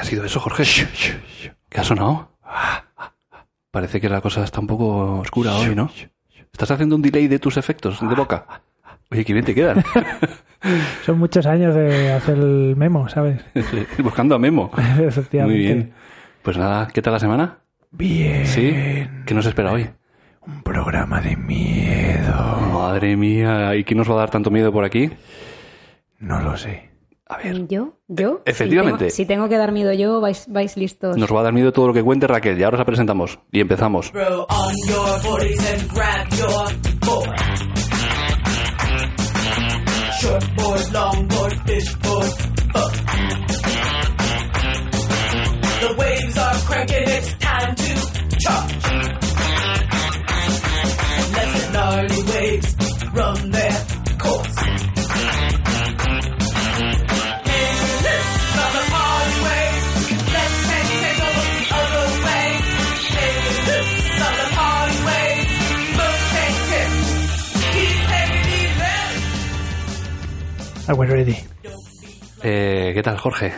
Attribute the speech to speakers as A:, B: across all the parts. A: ha sido eso, Jorge? ¿Qué ha sonado? Parece que la cosa está un poco oscura hoy, ¿no? Estás haciendo un delay de tus efectos de boca. Oye, qué bien te quedan.
B: Son muchos años de hacer el memo, ¿sabes?
A: Buscando a Memo.
B: Efectivamente.
A: Muy bien. Pues nada, ¿qué tal la semana?
B: Bien.
A: ¿Sí? ¿Qué nos espera hoy?
B: Un programa de miedo.
A: Madre mía, ¿y quién nos va a dar tanto miedo por aquí?
B: No lo sé.
A: A ver, E-
C: ¿Yo? ¿Yo?
A: efectivamente.
C: Si tengo, si tengo que dar miedo yo, vais, vais listos.
A: nos va a dar miedo todo lo que cuente Raquel. Y ahora os presentamos. Y empezamos.
D: Throw on your forties and grab your board. Short board, long board, fish board, fuck. The waves are cranking, it's time to charge. Let the gnarly waves run their course. From the party waves, let's take take a look the other way. From the party waves, look, take it. He's taking the left.
B: Ah, bueno, ready.
A: Eh, ¿Qué tal, Jorge?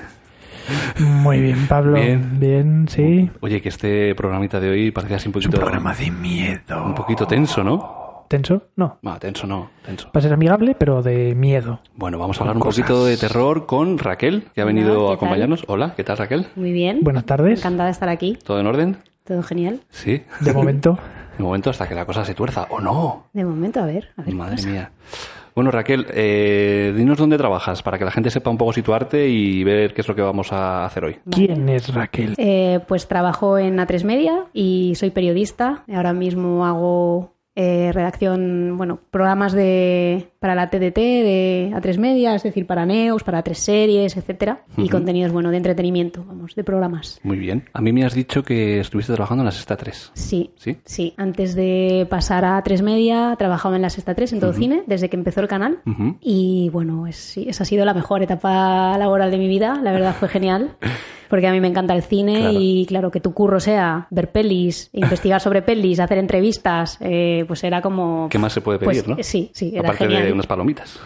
B: Muy bien, Pablo.
A: Bien.
B: sí.
A: Oye, que este programita de hoy parecía así un poquito...
B: de miedo.
A: Un poquito tenso, ¿no?
B: ¿Tenso? No.
A: No, tenso no, tenso.
B: Va a ser amigable, pero de miedo.
A: Bueno, vamos a hablar un poquito de terror con Raquel, que ha venido
C: Hola,
A: a
C: ¿qué tal?
A: acompañarnos. Hola, ¿qué tal, Raquel?
C: Muy bien.
B: Buenas tardes.
C: Encantada de estar aquí.
A: ¿Todo en orden?
C: Todo genial.
A: Sí.
B: De momento.
A: De momento hasta que la cosa se tuerza. ¿O no?
C: De momento, a ver. A ver qué
A: Madre
C: pasa.
A: mía. Bueno, Raquel, eh, dinos dónde trabajas para que la gente sepa un poco situarte y ver qué es lo que vamos a hacer hoy.
B: ¿Quién es Raquel?
C: Eh, pues trabajo en A3 Media y soy periodista. Ahora mismo hago eh, redacción, bueno, programas de para la TDT de A3 Media, es decir, para Neos, para tres series, etcétera, y contenidos bueno de entretenimiento, vamos, de programas.
A: Muy bien. A mí me has dicho que estuviste trabajando en la Sexta 3.
C: Sí.
A: ¿Sí?
C: Sí, antes de pasar a A3 Media trabajaba en la Sexta 3 en todo cine desde que empezó el canal.
A: Ujú.
C: Y bueno, es- sí, esa ha sido la mejor etapa laboral de mi vida. La verdad fue genial. Porque a mí me encanta el cine
A: Claro.
C: y claro, que tu curro sea ver pelis, investigar sobre pelis, hacer entrevistas, eh, pues era como...
A: ¿Qué más se puede
C: Pues,
A: pedir, no?
C: Sí, sí, era
A: Aparte
C: genial.
A: de unas palomitas.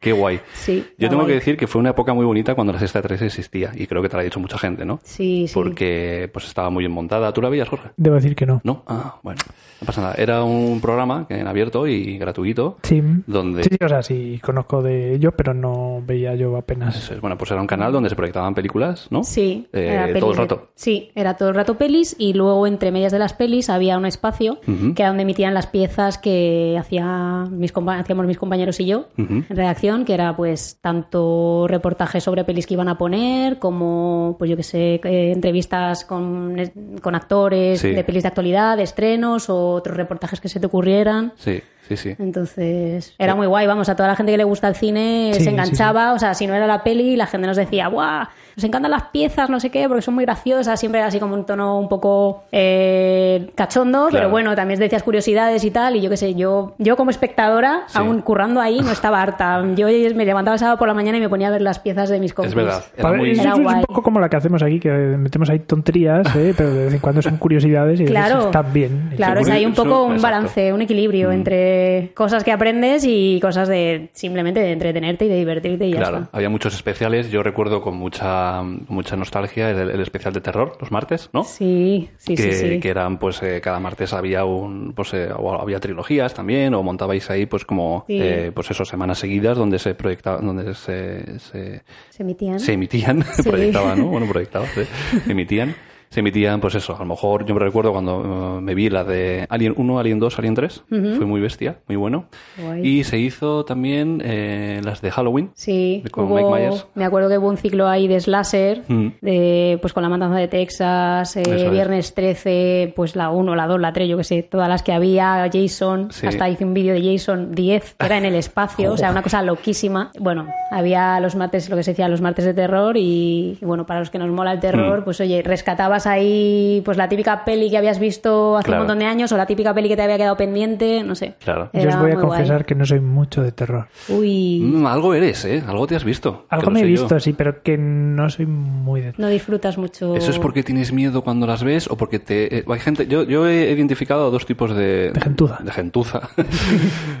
A: qué guay.
C: Sí,
A: Yo
C: era
A: tengo que
C: guay.
A: decir que fue una época muy bonita cuando la Sexta 3 existía y creo que te la ha dicho mucha gente, ¿no?
C: Sí, sí.
A: Porque pues estaba muy bien montada. ¿Tú la veías, Jorge?
B: Debo decir que no.
A: No, ah, bueno, no pasa nada. Era un programa en abierto y gratuito
B: Sí.
A: donde
B: Sí, sí, o sea, sí, conozco de ellos, pero no veía yo apenas.
A: Eso es, bueno, pues era un canal donde se proyectaban películas, ¿no?
C: Sí,
A: Eh,
C: era pelis
A: todo el
C: de-
A: rato.
C: sí, era todo el rato pelis y luego entre medias de las pelis había un espacio
A: Ujú.
C: que era donde emitían las piezas que hacía mis compa- hacíamos mis compañeros y yo
A: Ujú.
C: en redacción, que era pues tanto reportajes sobre pelis que iban a poner como, pues yo qué sé, eh, entrevistas con, e, con actores
A: Sí.
C: de pelis de actualidad, de estrenos o otros reportajes que se te ocurrieran.
A: Sí, sí, sí.
C: Entonces, era muy guay, vamos, a toda la gente que le gusta el cine
B: Sí,
C: se enganchaba, o sea, si no era la peli, la gente nos decía, ¡guau! Nos encantan las piezas, no sé qué, porque son muy graciosas, siempre era así como un tono un poco eh, cachondo,
A: Claro.
C: pero bueno, también decías curiosidades y tal, y yo qué sé, yo, yo como espectadora,
A: Sí.
C: aún currando ahí, no estaba harta. Yo me levantaba sábado por la mañana y me ponía a ver las piezas de mis compis.
A: Es verdad. Era
B: Para-
A: muy...
B: eso
C: Era
B: es un
C: guay.
B: poco como la que hacemos aquí, que metemos ahí tonterías, ¿eh? pero de vez en cuando son curiosidades y de
C: Claro,
B: esas están bien. Y
C: claro, es
A: Seguro
C: ahí
A: que
C: un
A: eso-
C: poco un
A: exacto. Mm.
C: balance, un equilibrio entre cosas que aprendes y cosas de simplemente de entretenerte y de divertirte y ya
A: Claro,
C: está.
A: había muchos especiales. Yo recuerdo con mucha, mucha nostalgia el, el especial de terror, los martes, ¿no?
C: Sí, sí,
A: que,
C: sí, sí.
A: que eran, pues, eh, cada martes había un, pues, eh, o había trilogías también, o montabais ahí, pues, como,
C: Sí.
A: eh, pues, eso, semanas seguidas donde se proyectaba, donde se- se,
C: Se emitían.
A: se emitían,
C: Sí.
A: proyectaban, ¿no? Bueno, proyectaban, sí. emitían, se emitían, pues eso, a lo mejor yo me recuerdo cuando eh, me vi la de Alien 1, Alien 2, Alien 3, fue muy bestia, muy bueno.
C: Guay.
A: Y se hizo también eh, las de Halloween.
C: Sí,
A: Con
C: hubo-
A: Mike Myers.
C: me acuerdo que hubo un ciclo ahí de slasher,
A: Mm.
C: de, pues con la matanza de Texas, eh,
A: Eso es.
C: Viernes 13, pues la 1, la 2, la 3, yo que sé, todas las que había, Jason,
A: Sí.
C: hasta hice un vídeo de Jason 10, que era en el espacio, o sea, una cosa loquísima. Bueno,
A: Mm.
C: había los martes, lo que se decía, los martes de terror y, y bueno, para los que nos mola el terror, pues oye, rescataba buscabas ahí pues la típica peli que habías visto hace
A: Claro.
C: un montón de años o la típica peli que te había quedado pendiente, no sé.
A: Claro.
B: Yo os
C: Era
B: voy a
C: muy guay.
B: confesar que no soy mucho de terror.
C: Uy,
A: Mm, algo eres, ¿eh? Algo te has visto. que
B: Algo
A: lo
B: me he
A: sé yo.
B: visto, sí, pero que no soy muy de
C: no disfrutas mucho.
A: ¿Eso es porque tienes miedo cuando las ves o porque te... eh, hay gente... Yo, yo he identificado a dos tipos de...
B: De gentuza.
A: De gentuza.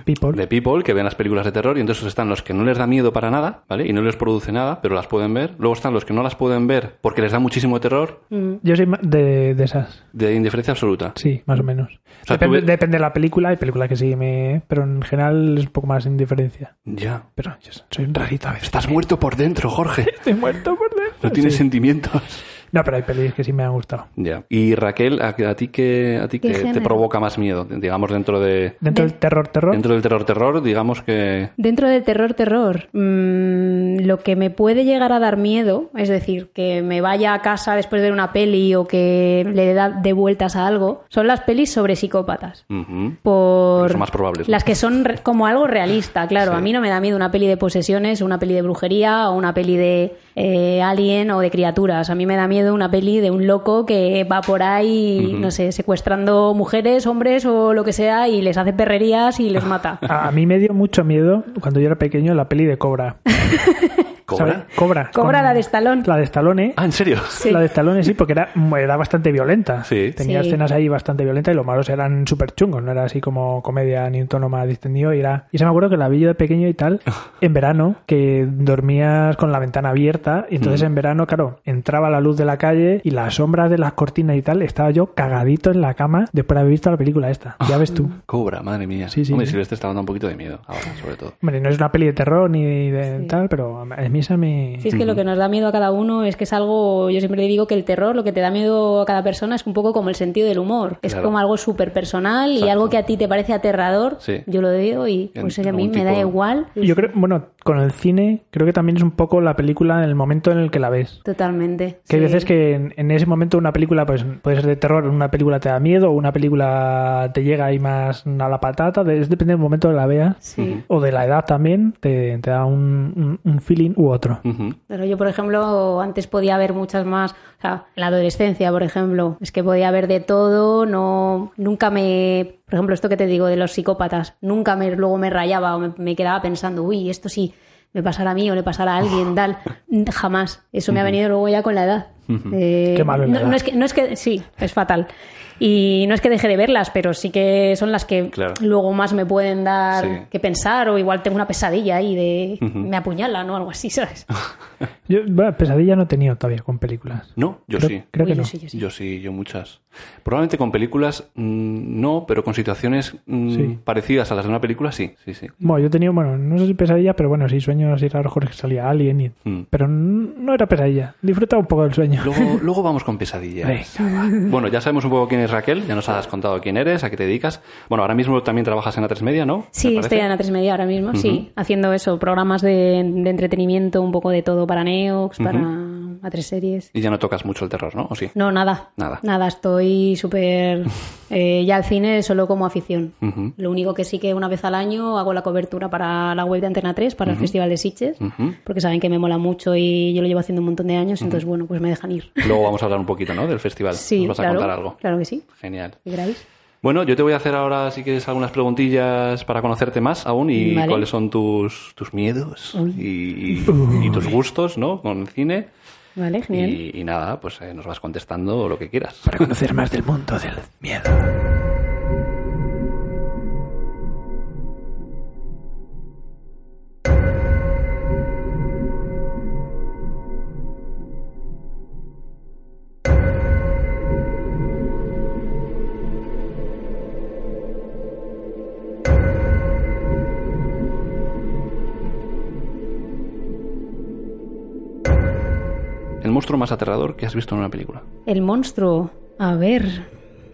B: people.
A: de people que ven las películas de terror y entonces están los que no les da miedo para nada, ¿vale? Y no les produce nada, pero las pueden ver. Luego están los que no las pueden ver porque les da muchísimo terror
C: Mm.
B: Yo soy ma- de, de esas,
A: de indiferencia absoluta.
B: sí, más o menos.
A: O sea, tú
B: depende,
A: ve-
B: depende de la película, hay películas que sí me... Pero en general es un poco más indiferencia.
A: Ya.
B: Pero yo soy un rarito a veces.
A: Estás muerto por dentro, Jorge.
B: Estoy muerto por dentro.
A: No tienes
B: sí.
A: sentimientos.
B: No, pero hay pelis que sí me han gustado.
A: Ya. Y Raquel, ¿a, a ti qué, a ti
C: ¿Qué
A: qué te
C: género?
A: provoca más miedo? Digamos, dentro de...
B: Dentro
C: De-
B: del terror, terror.
A: Dentro del terror-terror, digamos que...
C: Dentro del terror, terror, mm, lo que me puede llegar a dar miedo, es decir, que me vaya a casa después de ver una peli o que le da de vueltas a algo, son las pelis sobre psicópatas.
A: Ujú.
C: Por
A: Son más probables, ¿no?
C: Las que son re- como algo realista, claro.
A: Sí.
C: A mí no me da miedo una peli de posesiones, una peli de brujería o una peli de eh, alien o de criaturas. A mí me da miedo una peli de un loco que va por ahí,
A: Ujú.
C: no sé, secuestrando mujeres, hombres o lo que sea y les hace perrerías y les mata.
B: A, a mí me dio mucho miedo cuando yo era pequeño la peli de Cobra.
A: ¿Cobra?
B: ¿Sabes? Cobra.
C: Cobra
B: con-
C: la de Stallone.
B: La de Stallone.
A: Ah, ¿en serio?
C: Sí.
B: La de Stallone sí, porque era, era bastante violenta.
A: Sí.
B: Tenía
C: Sí.
B: escenas ahí bastante violentas y los malos eran súper chungos. No era así como comedia ni un tono más distendido. Y, era... y se me acuerdo que la vi yo de pequeño y tal, en verano, que dormías con la ventana abierta. Y entonces en verano, claro, entraba la luz de la calle y las sombras de las cortinas y tal. Estaba yo cagadito en la cama después de haber visto la película esta. Ya ves tú.
A: Cobra, madre mía.
B: Sí, sí,
A: Hombre,
B: sí.
A: Silvestre está dando un poquito de miedo ahora, sobre todo.
B: Hombre, no es una peli de terror ni de
C: Sí.
B: tal, pero a mí esa me...
C: Sí, es que lo que nos da miedo a cada uno es que es algo, yo siempre digo que el terror, lo que te da miedo a cada persona es un poco como el sentido del humor. Es
A: Claro.
C: como algo súper personal y
A: Exacto.
C: algo que a ti te parece aterrador,
A: Sí.
C: yo lo digo y
A: En-
C: pues a mí
A: algún
C: me da
A: tipo-
C: igual.
B: Yo creo, bueno, con el cine creo que también es un poco la película en el momento en el que la ves.
C: Totalmente.
B: Que hay
C: sí.
B: veces que en, en ese momento una película pues puede ser de terror, una película te da miedo, o una película te llega ahí más a la patata, de- es depende del momento que la veas,
C: Sí.
B: o de la edad también, te, te da un, un- un feeling u otro.
A: Ujú.
C: Pero yo, por ejemplo, antes podía ver muchas más. O sea, en la adolescencia, por ejemplo, es que podía ver de todo. No, nunca me. Por ejemplo, esto que te digo de los psicópatas, nunca me luego me rayaba o me, me quedaba pensando, uy, esto sí me pasará a mí o le pasará a alguien, tal. Jamás. Eso me ha venido luego ya con la edad. Eh,
B: Qué malo es la
C: no,
B: edad.
C: no es que, no es que, sí, es fatal. Y no es que deje de verlas, pero sí que son las que
A: Claro.
C: luego más me pueden dar
A: Sí.
C: que pensar, o igual tengo una pesadilla ahí de
A: Ujú.
C: me apuñalan o algo así, ¿sabes?
B: Yo bueno, pesadilla no he tenido todavía con películas.
A: No, yo
B: creo,
A: sí.
B: creo
C: Uy,
B: que
C: yo
B: no.
C: sí, yo sí.
A: Yo sí, yo muchas. Probablemente con películas mm, no, pero con situaciones mm,
B: Sí.
A: parecidas a las de una película sí, sí, sí.
B: Bueno, yo he tenido, bueno, no sé si pesadilla, pero bueno, sí, sueños así raros, Jorge, que salía Alien, y-
A: Mm.
B: pero n- no era pesadilla. Disfruta un poco del sueño.
A: Luego, luego vamos con pesadillas. Bueno, ya sabemos un poco quién es Raquel, ya nos has contado quién eres, a qué te dedicas. Bueno, ahora mismo también trabajas en A3 Media, ¿no?
C: Sí,
A: ¿Me parece?
C: estoy en A3 Media ahora mismo, sí. Haciendo eso, programas de, de entretenimiento, un poco de todo para Neox, para A3 Series.
A: Y ya no tocas mucho el terror, ¿no? ¿O sí?
C: No, nada.
A: Nada.
C: estoy súper... eh, ya al cine solo como afición.
A: Ujú,
C: Lo único que sí que una vez al año hago la cobertura para la web de Antena 3, para el Festival de Sitges,
A: ujú.
C: porque saben que me mola mucho y yo lo llevo haciendo un montón de años, entonces bueno, pues me dejan ir.
A: Luego vamos a hablar un poquito, ¿no? Del festival.
C: Sí,
A: Nos vas a
C: claro,
A: contar algo.
C: claro que sí.
A: Genial.
C: ¿Qué queráis?
A: Bueno, yo te voy a hacer ahora, si quieres, algunas preguntillas para conocerte más aún y
C: Vale.
A: cuáles son tus, tus miedos y, y tus gustos, ¿no? Con el cine.
C: Vale, genial.
A: Y, y nada, pues eh, nos vas contestando lo que quieras.
B: Para conocer más del mundo del miedo.
A: El monstruo más aterrador que has visto en una película.
C: El monstruo. A ver.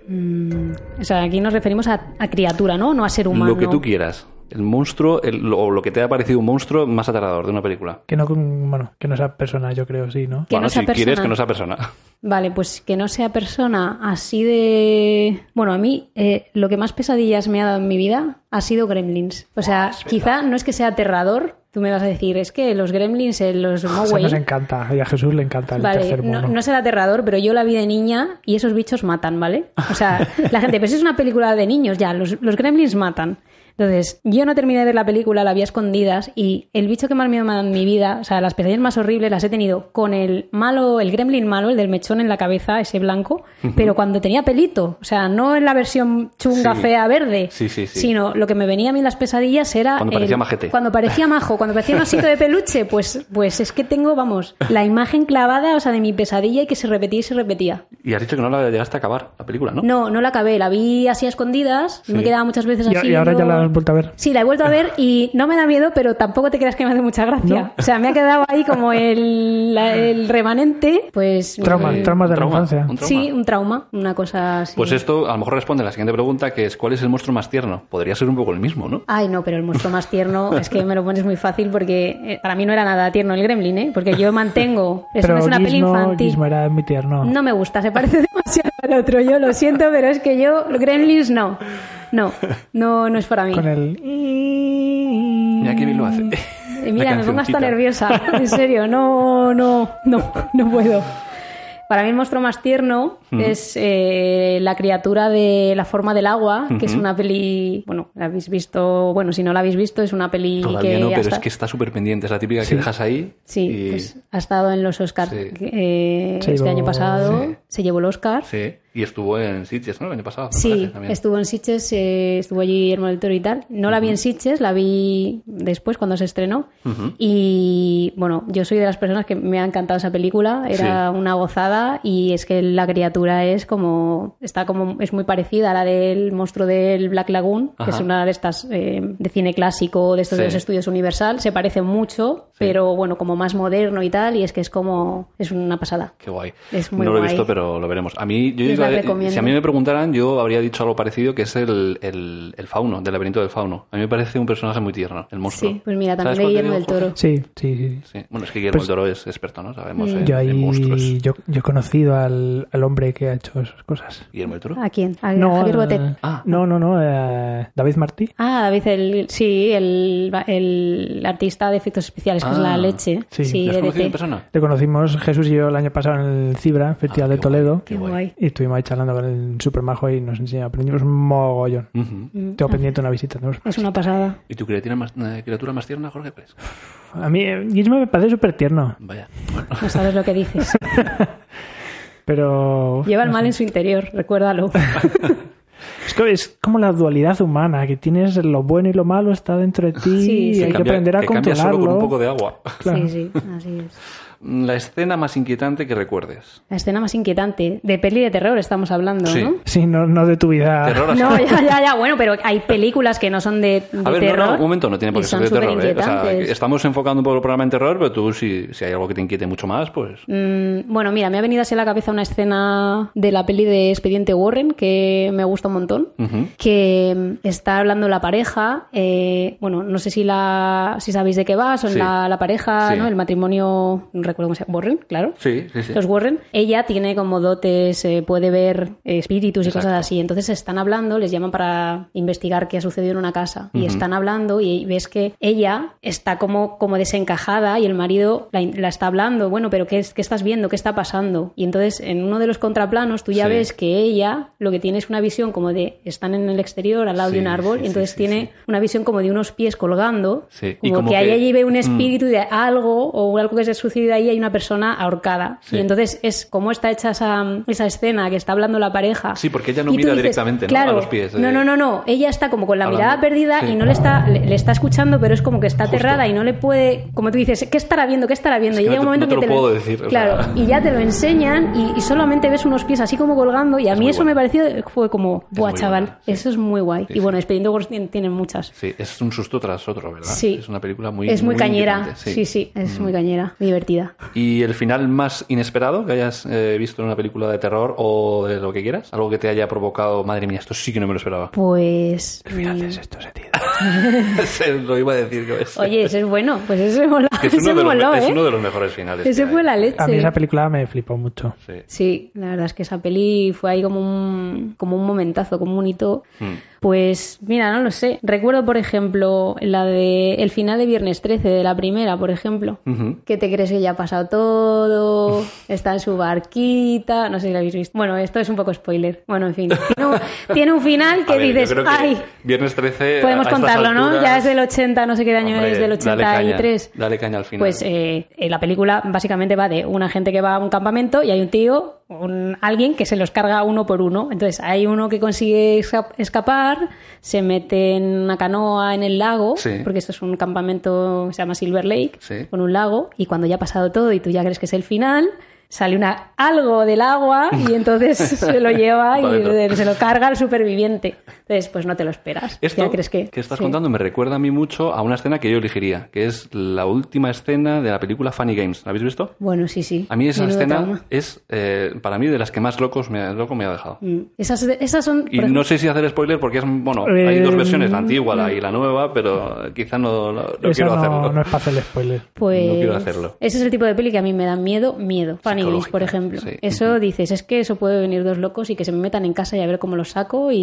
C: mm, o sea, aquí nos referimos a, a criatura, ¿no? No a ser humano.
A: Lo que tú quieras. El monstruo, el- lo- o lo que te ha parecido un monstruo más aterrador de una película.
B: Que no, con- bueno, que no sea persona, yo creo, sí, ¿no?
C: Que
A: bueno,
C: no
A: si
C: sea
A: quieres
C: persona.
A: que no sea persona.
C: Vale, pues que no sea persona así de. Bueno, a mí eh, lo que más pesadillas me ha dado en mi vida ha sido Gremlins. O sea, quizá no es que sea aterrador, Tú me vas a decir, es que los gremlins, eh, los
B: Se nos
C: Moway...
B: encanta. Y a Jesús le encanta el
C: Vale,
B: tercer
C: no,
B: mono.
C: no será aterrador, pero yo la vi de niña y esos bichos matan, ¿vale? O sea, la gente, pero si es una película de niños, ya, los, los gremlins matan. Entonces, yo no terminé de ver la película, la vi a escondidas y el bicho que más miedo me ha dado en mi vida, o sea, las pesadillas más horribles las he tenido con el malo, el gremlin malo, el del mechón en la cabeza, ese blanco, pero cuando tenía pelito, o sea, no en la versión chunga,
A: Sí.
C: fea, verde,
A: Sí, sí, sí.
C: sino lo que me venía a mí en las pesadillas era...
A: Cuando parecía majete.
C: Ah, Cuando parecía majo, cuando parecía un osito de peluche, pues, pues es que tengo, vamos, la imagen clavada, o sea, de mi pesadilla y que se repetía y se repetía.
A: Y has dicho que no la llegaste a acabar, la película, ¿no?
C: No, no la acabé, la vi así a escondidas,
A: Sí.
C: me quedaba muchas veces
B: Y,
C: así.
B: y ahora ya
C: yo-
B: la has vuelto a ver.
C: Sí, la he vuelto a ver y no me da miedo, pero tampoco te creas que me hace mucha gracia.
B: No.
C: O sea, me ha quedado ahí como el, la- el remanente, pues...
B: Trauma,
C: eh,
B: traumas de
A: trauma,
B: la infancia.
A: un trauma.
C: Sí, un trauma, una cosa así.
A: Pues esto a lo mejor responde a la siguiente pregunta, que es ¿cuál es el monstruo más tierno? Podría ser un poco el mismo, ¿no?
C: Ay, no, pero el monstruo más tierno es que me lo pones muy fácil porque eh, para mí no era nada tierno el gremlin, ¿eh? Porque yo mantengo... Eso
B: Pero
C: no es una peli
B: Gizmo-
C: infantil.
B: Gizmo era muy tierno.
C: No me gusta, se parece demasiado al otro. Yo lo siento, pero es que yo, Gremlins, no. No, no, no es para mí.
B: Con el...
A: Mira que bien lo hace.
C: Eh, Mira,
A: La
C: me pongo hasta
A: cancioncita.
C: nerviosa. En serio, no, no, no, no puedo. Para mí el monstruo más tierno es eh, la criatura de la forma del agua, que es una peli, bueno, la habéis visto, bueno, si no la habéis visto es una peli
A: Todavía
C: que
A: no, pero
C: hasta-
A: es que está súper pendiente. Es la típica que dejas ahí.
C: sí,
A: y-
C: pues, ha estado en los Oscars
A: Sí.
C: eh,
B: Se
C: este
B: llevó-
C: año pasado,
A: Sí.
C: se llevó el Oscar.
A: sí. Y estuvo en Sitges, ¿no? El año pasado. me
C: Sí,
A: parece, también.
C: estuvo en Sitges, eh, estuvo allí Guillermo del Toro y tal. No la vi en Sitges, la vi después cuando se estrenó.
A: Ujú.
C: Y bueno, yo soy de las personas que me ha encantado esa película, era
A: Sí.
C: una gozada y es que la criatura es como está como es muy parecida a la del monstruo del Black Lagoon, que es
A: Ajá.
C: una de estas eh, de cine clásico, de estos de
A: Sí.
C: los estudios Universal, se parece mucho, pero bueno, como más moderno y tal y es que es como es una pasada.
A: Qué guay.
C: Es muy
A: no lo he
C: guay.
A: visto, pero lo veremos. A mí, yo
C: Yo os la
A: iba-
C: recomiendo.
A: si a mí me preguntaran, yo habría dicho algo parecido, que es el, el, el fauno, del laberinto del fauno. A mí me parece un personaje muy tierno, el monstruo.
C: Sí, pues mira,
A: ¿Sabes
C: también de
A: cuál te
C: Guillermo del
A: digo,
C: Toro.
A: Jorge?
B: Sí, sí, sí.
A: Sí. Bueno, es que Guillermo
B: Pues-
A: del Toro es experto, ¿no? Sabemos
C: Mm.
A: en,
B: Yo, ahí-
A: en monstruos.
B: yo, yo he conocido al, al hombre que ha hecho esas cosas.
A: Guillermo del Toro.
C: ¿A quién? A
B: no,
C: Javier
B: eh,
C: Botet.
A: Ah.
B: no, no, no, eh, David Martí.
C: Ah, David, el, sí, el, el artista de efectos especiales, que es
A: Ah,
C: la leche.
B: sí.
C: Sí,
A: ¿Lo has
C: DDT.
A: conocido en persona?
B: Te conocimos, Jesús y yo, el año pasado en el Cibra, Festival
A: Ah,
B: de
A: qué
B: Toledo.
A: guay.
C: Qué guay.
B: Y estuvimos ahí charlando con el supermajo y nos enseñó, aprendimos un mogollón.
A: Ujú.
B: Tengo
C: Mm.
B: pendiente una visita. tenemos-
C: Es una pasada.
A: ¿Y tu criatura más, eh, criatura más tierna, Jorge Pérez?
B: A mí eh, Gizmo me parece súper tierno,
A: Vaya. Bueno.
C: No sabes lo que dices.
B: pero
C: Lleva el mal en su interior, recuérdalo.
B: es, que es como la dualidad humana, que tienes lo bueno y lo malo está dentro de ti
C: Sí.
B: y
C: Que
B: hay que
A: cambia-
B: aprender a
A: que cambia
B: controlarlo.
A: solo con un poco de agua.
B: Claro.
C: Sí, sí, así es.
A: Mm, La escena más inquietante que recuerdes.
C: La escena más inquietante. De peli de terror estamos hablando,
A: Sí.
C: ¿no?
B: Sí, no, no de tu vida.
A: Terror así.
C: No, ya, ya, ya, bueno, pero hay películas que no son de, de
A: A ver, no,
C: terror.
A: no, un momento, no tiene por
C: y
A: qué ser
C: son
A: de terror. ¿eh? O sea,
C: superinquietantes.
A: estamos enfocando un poco el programa en terror, pero tú, si, si hay algo que te inquiete mucho más, pues.
C: Mm, Bueno, mira, me ha venido así a la cabeza una escena de la peli de Expediente Warren que me gusta un montón.
A: Ujú.
C: Que mm, está hablando la pareja. eh, bueno, no sé si la si sabéis de qué va. Son
A: Sí.
C: la, la pareja,
A: Sí.
C: ¿no? El matrimonio, no recuerdo cómo se llama, Warren, claro.
A: Sí, sí, sí.
C: Los Warren, ella tiene como dotes, eh, puede ver eh, espíritus y
A: Exacto.
C: cosas así. Entonces están hablando, les llaman para investigar qué ha sucedido en una casa. Y están hablando y ves que ella está como, como desencajada y el marido la, in- la está hablando. Bueno, pero ¿qué, es- ¿qué estás viendo? ¿Qué está pasando? Y entonces en uno de los contraplanos tú ya
A: Sí.
C: ves que ella lo que tiene es una visión como de están en el exterior al lado
A: Sí,
C: de un árbol.
A: sí,
C: y entonces
A: sí, sí,
C: tiene
A: sí.
C: una visión como de unos pies colgando.
A: Sí, y
C: Como,
A: como
C: que, ahí
A: que- Mm.
C: allí ve un espíritu de algo o algo que se sucede ahí hay una persona ahorcada.
A: Sí.
C: Y entonces es como está hecha esa, esa escena que está hablando la pareja.
A: Sí, porque ella no
C: Y tú
A: mira directamente, ¿no?
C: claro,
A: A los pies, eh.
C: No, no, no, no. Ella está como con la
A: Hablando.
C: mirada perdida
A: Sí.
C: y no le está, le, le está escuchando, pero es como que está
A: Justo.
C: aterrada y no le puede, como tú dices, ¿qué estará viendo? ¿Qué estará viendo?
A: Es
C: y
A: que
C: llega
A: no
C: un
A: te-
C: momento
A: no te
C: que
A: lo
C: te
A: puedo decir, o
C: Claro.
A: sea.
C: Y ya te lo enseñan y, y solamente ves unos pies así como colgando y a
A: Es
C: mí
A: muy
C: eso
A: buena.
C: me pareció, fue como, buah,
A: muy
C: chaval,
A: buena, sí.
C: eso es muy guay.
A: Sí,
C: y bueno,
A: sí.
C: Expediente Wars tiene, tiene muchas.
A: Sí, es un susto tras otro, ¿verdad?
C: Sí.
A: Es una película muy. Mm.
C: es muy, cañera.
A: inquietante,
C: Sí. sí, es muy cañera, divertida.
A: ¿Y el final más inesperado que hayas eh, visto en una película de terror o de lo que quieras? Algo que te haya provocado, madre mía, esto sí que no me lo esperaba.
C: Pues.
B: Al final
C: mm,
B: de sexto este sentido.
A: Se lo iba a decir que ves.
C: Oye, ese es bueno, pues ese mola,
E: Que es,
C: ese
E: uno de los,
C: moló,
E: es uno
C: ¿eh?
E: de los mejores finales.
C: Ese
E: que
C: fue
E: hay.
C: la leche.
B: A mí esa película me flipó mucho.
E: Sí.
C: Sí, la verdad es que esa peli fue ahí como un, como un momentazo, como un hito.
E: Mm.
C: Pues mira, no lo sé. Recuerdo, por ejemplo, la de el final de Viernes 13, de la primera, por ejemplo.
A: Ujú.
C: que te crees que ya ha pasado todo, está en su barquita, no sé si lo habéis visto. Bueno, esto es un poco spoiler. Bueno, en fin, tiene un, tiene un final que
E: A ver, yo
C: dices,
E: creo que
C: ay,
E: Viernes 13.
C: podemos
E: a estas
C: contarlo, ¿no? Ya
E: alturas-
C: es del 80, no sé qué año
E: Hombre,
C: es, del
E: dale caña,
C: 83.
E: Dale caña al final.
C: Pues eh, eh, la película básicamente va de una gente que va a un campamento y hay un tío, un, alguien que se los carga uno por uno. Entonces hay uno que consigue esca- escapar, se mete en una canoa en el lago,
A: Sí.
C: porque esto es un campamento que se llama Silver Lake,
A: Sí.
C: con un lago, y cuando ya ha pasado todo y tú ya crees que es el final, sale una, algo del agua y entonces se lo lleva y
A: Va dentro.
C: se lo carga al superviviente. Entonces pues no te lo esperas.
A: Esto
C: ya crees que...
A: estás
C: sí.
A: contando me recuerda a mí mucho a una escena que yo elegiría, que es la última escena de la película Funny Games. ¿La habéis visto?
C: Bueno, sí, sí.
A: A mí esa
C: Menudo
A: escena
C: trauma.
A: es, eh, para mí, de las que más locos me, ha- loco me ha dejado.
C: Mm. Esas, esas son.
A: Y
C: por ejemplo,
A: no sé si hacer spoiler porque es, bueno, hay dos
B: Eh,
A: versiones, la antigua la- y la nueva, pero quizá no, no- no
B: Esa
A: quiero
B: no,
A: hacerlo.
B: no es para hacer spoiler.
C: pues,
A: no quiero hacerlo.
C: Ese es el tipo de peli que a mí me da miedo, miedo. Funny Games,
A: Psicológica,
C: por ejemplo.
A: sí.
C: Eso dices, es que eso puede venir dos locos y que se me metan en casa y a ver cómo los saco.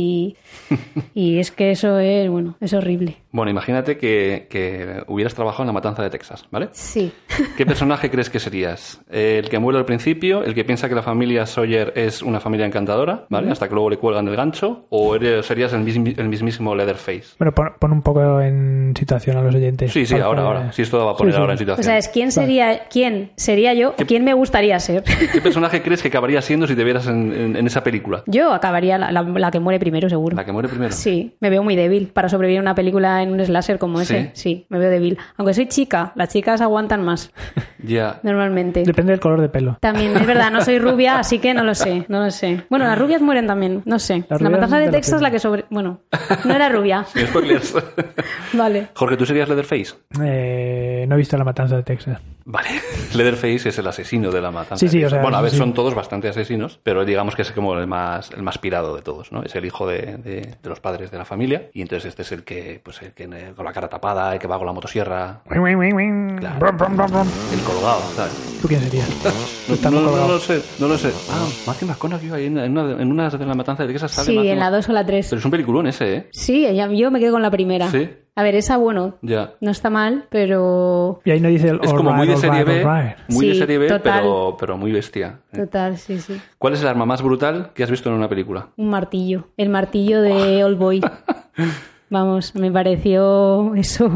C: Y, y es que eso es, bueno, es horrible.
A: Bueno, imagínate que, que hubieras trabajado en la matanza de Texas, ¿vale?
C: Sí.
A: ¿Qué personaje crees que serías? Eh, El que muere al principio, el que piensa que la familia Sawyer es una familia encantadora, ¿vale? Hasta que luego le cuelgan el gancho, o eres- serías el, mismi- el mismísimo Leatherface.
B: Bueno, pon, pon un poco en situación a los oyentes.
A: Sí, sí,
B: Para-
A: ahora,
B: para-
A: ahora. Sí, esto va a poner
B: Sí, sí.
A: ahora en situación.
C: O sea, es quién sería, quién sería yo o quién me gustaría ser.
A: ¿Qué personaje crees que acabaría siendo si te vieras en, en- en esa película?
C: Yo acabaría la, la- la que muere primero, seguro.
A: La que muere primero.
C: Sí, me veo muy débil para sobrevivir a una película en un slasher como
A: ¿Sí?
C: ese. Sí, me veo débil. Aunque soy chica, las chicas aguantan más
A: Ya.
C: normalmente.
B: Depende del color de pelo.
C: También, es verdad, no soy rubia, así que no lo sé, no lo sé. Bueno, las rubias mueren también, no sé.
B: Las
C: La
B: rubias
C: matanza
B: de
C: de
B: la
C: Texas,
B: peli.
C: la que sobre... Bueno, no era rubia.
A: Sin spoilers.
C: Vale.
A: Jorge, ¿tú serías Leatherface?
B: Eh, no he visto La Matanza de Texas.
A: Vale. Leatherface es el asesino de la matanza.
B: Sí, sí, o sea,
A: bueno, a ver,
B: sí.
A: son todos bastante asesinos, pero digamos que es como el más, el más pirado de todos, ¿no? Es el hijo de, de- de los padres de la familia. Y entonces este es el que, pues, el que eh, con la cara tapada, el que va con la motosierra, Claro.
B: Brum, brum, brum, brum.
A: el colgado, ¿sabes?
B: ¿Tú quién serías?
A: No, no, no lo sé, no lo sé. Ah, Matthew McConaughey ahí en, en una, de- en una de la matanza de Texas sale
C: Sí,
A: Matthew
C: en la
A: Mc-
C: 2 o la
A: Pero
C: 3.
A: es un peliculón ese, ¿eh?
C: Sí, ella- yo me quedo con la primera.
A: Sí.
C: A ver, esa, bueno,
A: Ya.
C: no está mal, pero...
B: Y ahí no dice el
A: Es
B: all
A: como muy
B: right,
A: de
B: all
A: serie
B: right,
A: B,
B: all right.
A: muy de
C: Sí,
A: serie B,
C: total.
A: pero, pero muy bestia.
C: Total, sí, sí.
A: ¿Cuál es el arma más brutal que has visto en una película?
C: Un martillo. El martillo de Old Boy. Vamos, me pareció eso...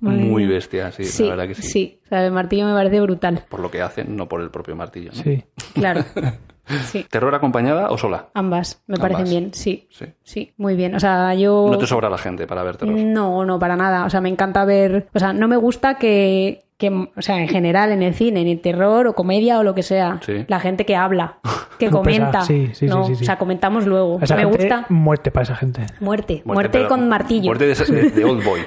C: madre
A: Muy
C: mía.
A: bestia, sí, la verdad que sí.
C: Sí, o sea, el martillo me parece brutal.
A: Por lo que hacen, no por el propio martillo. ¿no?
B: Sí.
C: Claro. Sí.
A: ¿Terror acompañada o sola?
C: Ambas, me
A: Ambas.
C: parecen bien, sí.
A: Sí.
C: Sí, muy bien. O Eh, sea, yo...
A: No te sobra la gente para ver terror.
C: No, no, para nada. O sea, me encanta ver. O sea, no me gusta que. que o sea, en general, en el cine, en el terror o comedia o lo que sea,
A: Sí.
C: la gente que habla, que
B: No
C: comenta.
B: pesa. Sí, sí,
C: no,
B: sí, sí, sí.
C: O sea, comentamos luego.
B: A esa
C: Me
B: gente,
C: gusta.
B: Muerte para esa gente.
C: Muerte. Muerte,
A: pero-
C: con martillo.
A: Muerte de, de- de Old Boy.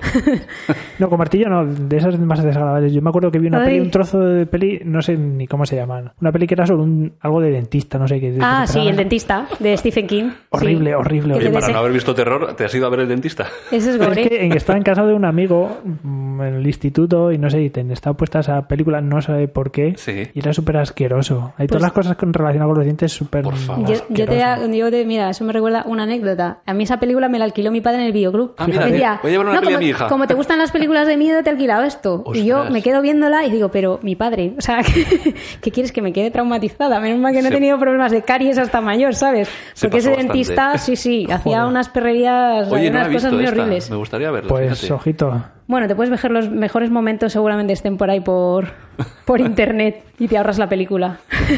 B: No, con martillo no, de esas más desagradables. Yo me acuerdo que vi una
C: Ay.
B: peli, un trozo de peli, no sé ni cómo se llaman. Una peli que era sobre un, algo de dentista, no sé qué.
C: Ah,
B: que
C: sí,
B: empezaban-
C: el dentista de Stephen King. Sí.
B: Horrible, horrible,
C: Que
A: Oye,
C: debe
B: horrible.
A: para
C: ser-
A: no haber visto terror, ¿te has ido a ver el dentista?
C: Ese es
B: Es
C: gore.
B: que en- estaba en casa de un amigo mm, en el instituto y no sé, y ten- estaba puesta esa película, no sé por qué,
A: Sí.
B: y era súper asqueroso. Hay todas las cosas con- relacionadas con los dientes súper.
A: Por favor.
C: Pues Yo, yo te, yo te- mira, eso me recuerda una anécdota. A mí esa película me la alquiló mi padre en el videoclub.
A: Ah, mira,
C: Me
A: mira, voy a llevar una peli a
C: como,
A: mi hija".
C: como te gustan las películas de miedo, te he alquilado esto. Y yo
A: Ostras.
C: me quedo viéndola y digo, pero mi padre, o sea, ¿qué, qué quieres que me quede traumatizada? Menos mal que no he
A: Se-
C: tenido problemas de caries hasta mayor, ¿sabes?
A: Se
C: Porque ese
A: pasó bastante.
C: dentista, sí, sí, hacía
B: Joder.
C: unas perrerías,
A: Oye, no la
C: unas
A: he
C: cosas
A: visto
C: muy
A: esta.
C: horribles.
A: Me gustaría verla.
B: Pues,
A: fíjate.
B: ojito.
C: Bueno, te puedes ver los mejores momentos, seguramente estén por ahí por, por internet y te ahorras la película.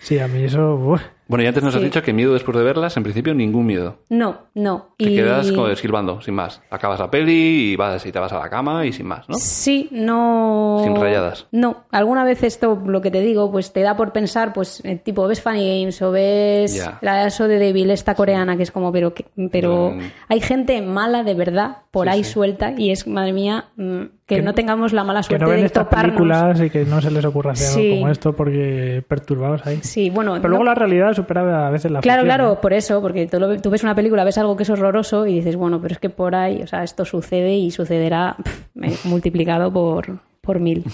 B: Sí, a mí eso. uf.
A: Bueno, y antes nos has
C: Sí.
A: dicho que miedo después de verlas, en principio ningún miedo.
C: No, no.
A: Te
C: y...
A: quedas con- silbando, sin más. Acabas la peli y vas y te vas a la cama y sin más, ¿no?
C: Sí, no.
A: Sin rayadas.
C: No, alguna vez esto, lo que te digo, pues te da por pensar, pues eh, tipo, ves Funny Games o ves
A: Ya.
C: la eso de Devil, esta coreana, que es como, pero, que- pero
A: Mm.
C: hay gente mala de verdad por ahí suelta y es, madre mía, mm, que,
B: Que-
C: no tengamos la mala
B: Que
C: suerte
B: no ven
C: de
B: estas
C: toparnos.
B: películas y que no se les ocurra hacer algo
C: Sí.
B: como esto porque perturbados ahí.
C: Sí, bueno,
B: Pero
C: no-
B: luego la realidad supera a veces la
C: Claro,
B: ficción,
C: claro,
B: ¿eh?
C: por eso, porque tú, lo- tú ves una película, ves algo que es horroroso y dices, bueno, pero es que por ahí, o sea, esto sucede y sucederá pf, me- multiplicado por, por mil.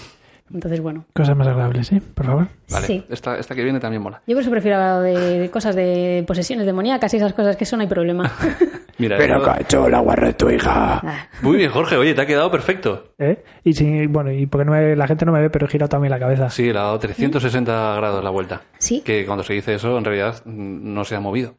C: Entonces, bueno,
B: Cosas más agradables, sí, por favor.
A: Vale,
C: sí.
A: esta, esta que viene también mola.
C: Yo por eso prefiero hablar de, de cosas de posesiones demoníacas y esas cosas que eso no hay problema.
A: Mira, yo-
B: cacho, la guarra de tu hija.
C: Ah,
A: Muy bien, Jorge, oye, te ha quedado perfecto.
B: ¿Eh? Y sí, bueno, y porque no me- la gente no me ve, pero he girado también la cabeza.
A: Sí, le ha dado 360 grados la vuelta.
C: Sí.
A: Que cuando se dice eso, en realidad mm, no se ha movido.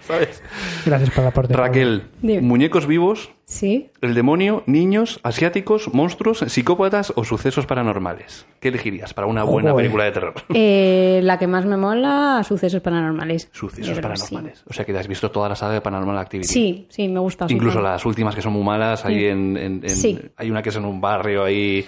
A: ¿Sabes?
B: Gracias por el aporte.
A: Raquel,
C: Dime.
A: muñecos vivos,
C: sí.
A: el demonio, niños, asiáticos, monstruos, psicópatas o sucesos paranormales. ¿Qué elegirías para una buena
B: Joder.
A: película de terror?
C: Eh, la que más me mola, sucesos paranormales. Yo
A: Sucesos
C: creo que sí.
A: paranormales. O sea que has visto toda la saga de Paranormal Activity.
C: Sí, sí, me gusta. soy
A: Incluso
C: fan.
A: las últimas que son muy malas, hay, en, en- en-
C: Sí.
A: hay una que es en un barrio ahí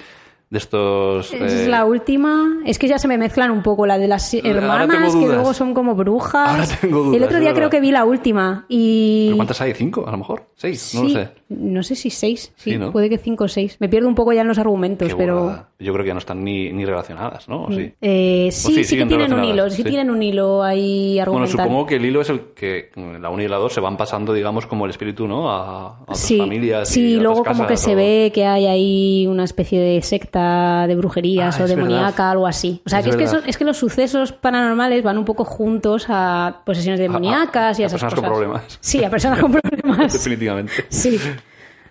A: de estos...
C: Esa es
A: eh,
C: la última. Es que ya se me mezclan un poco la de las
A: Ahora
C: hermanas,
A: tengo
C: que
A: dudas.
C: luego son como brujas.
A: Ahora tengo dudas,
C: El otro día
A: es verdad.
C: creo que vi la última. Y...
A: ¿Pero cuántas hay? ¿Cinco, a lo mejor? ¿Seis?
C: Sí,
A: No lo sé.
C: no sé si seis. Sí,
A: Sí, ¿no?
C: puede que cinco o seis. Me pierdo un poco ya en los argumentos,
A: Qué
C: pero.
A: burrada. Yo creo que ya no están ni, ni relacionadas, ¿no? ¿O Sí.
C: Eh,
A: sí,
C: sí, sí, que
A: siguen
C: tienen un
A: relacionadas,
C: hilo, sí,
A: sí.
C: tienen un hilo ahí
A: Bueno,
C: argumental.
A: supongo que el hilo es el que mm, la 1 y la 2 se van pasando, digamos, como el espíritu, ¿no? A, a otras
C: sí,
A: familias.
C: sí,
A: y a
C: luego
A: otras
C: como que
A: casas
C: se
A: o-
C: ve que hay ahí una especie de secta de brujerías
A: Ah,
C: o
A: es
C: demoníaca,
A: verdad.
C: algo así. O sea,
A: Es
C: que es, que
A: verdad.
C: son- es que los sucesos paranormales van un poco juntos a posesiones demoníacas
A: a
C: y a esas
A: personas con
C: cosas.
A: problemas.
C: Sí, a personas con problemas.
A: Definitivamente.
C: sí.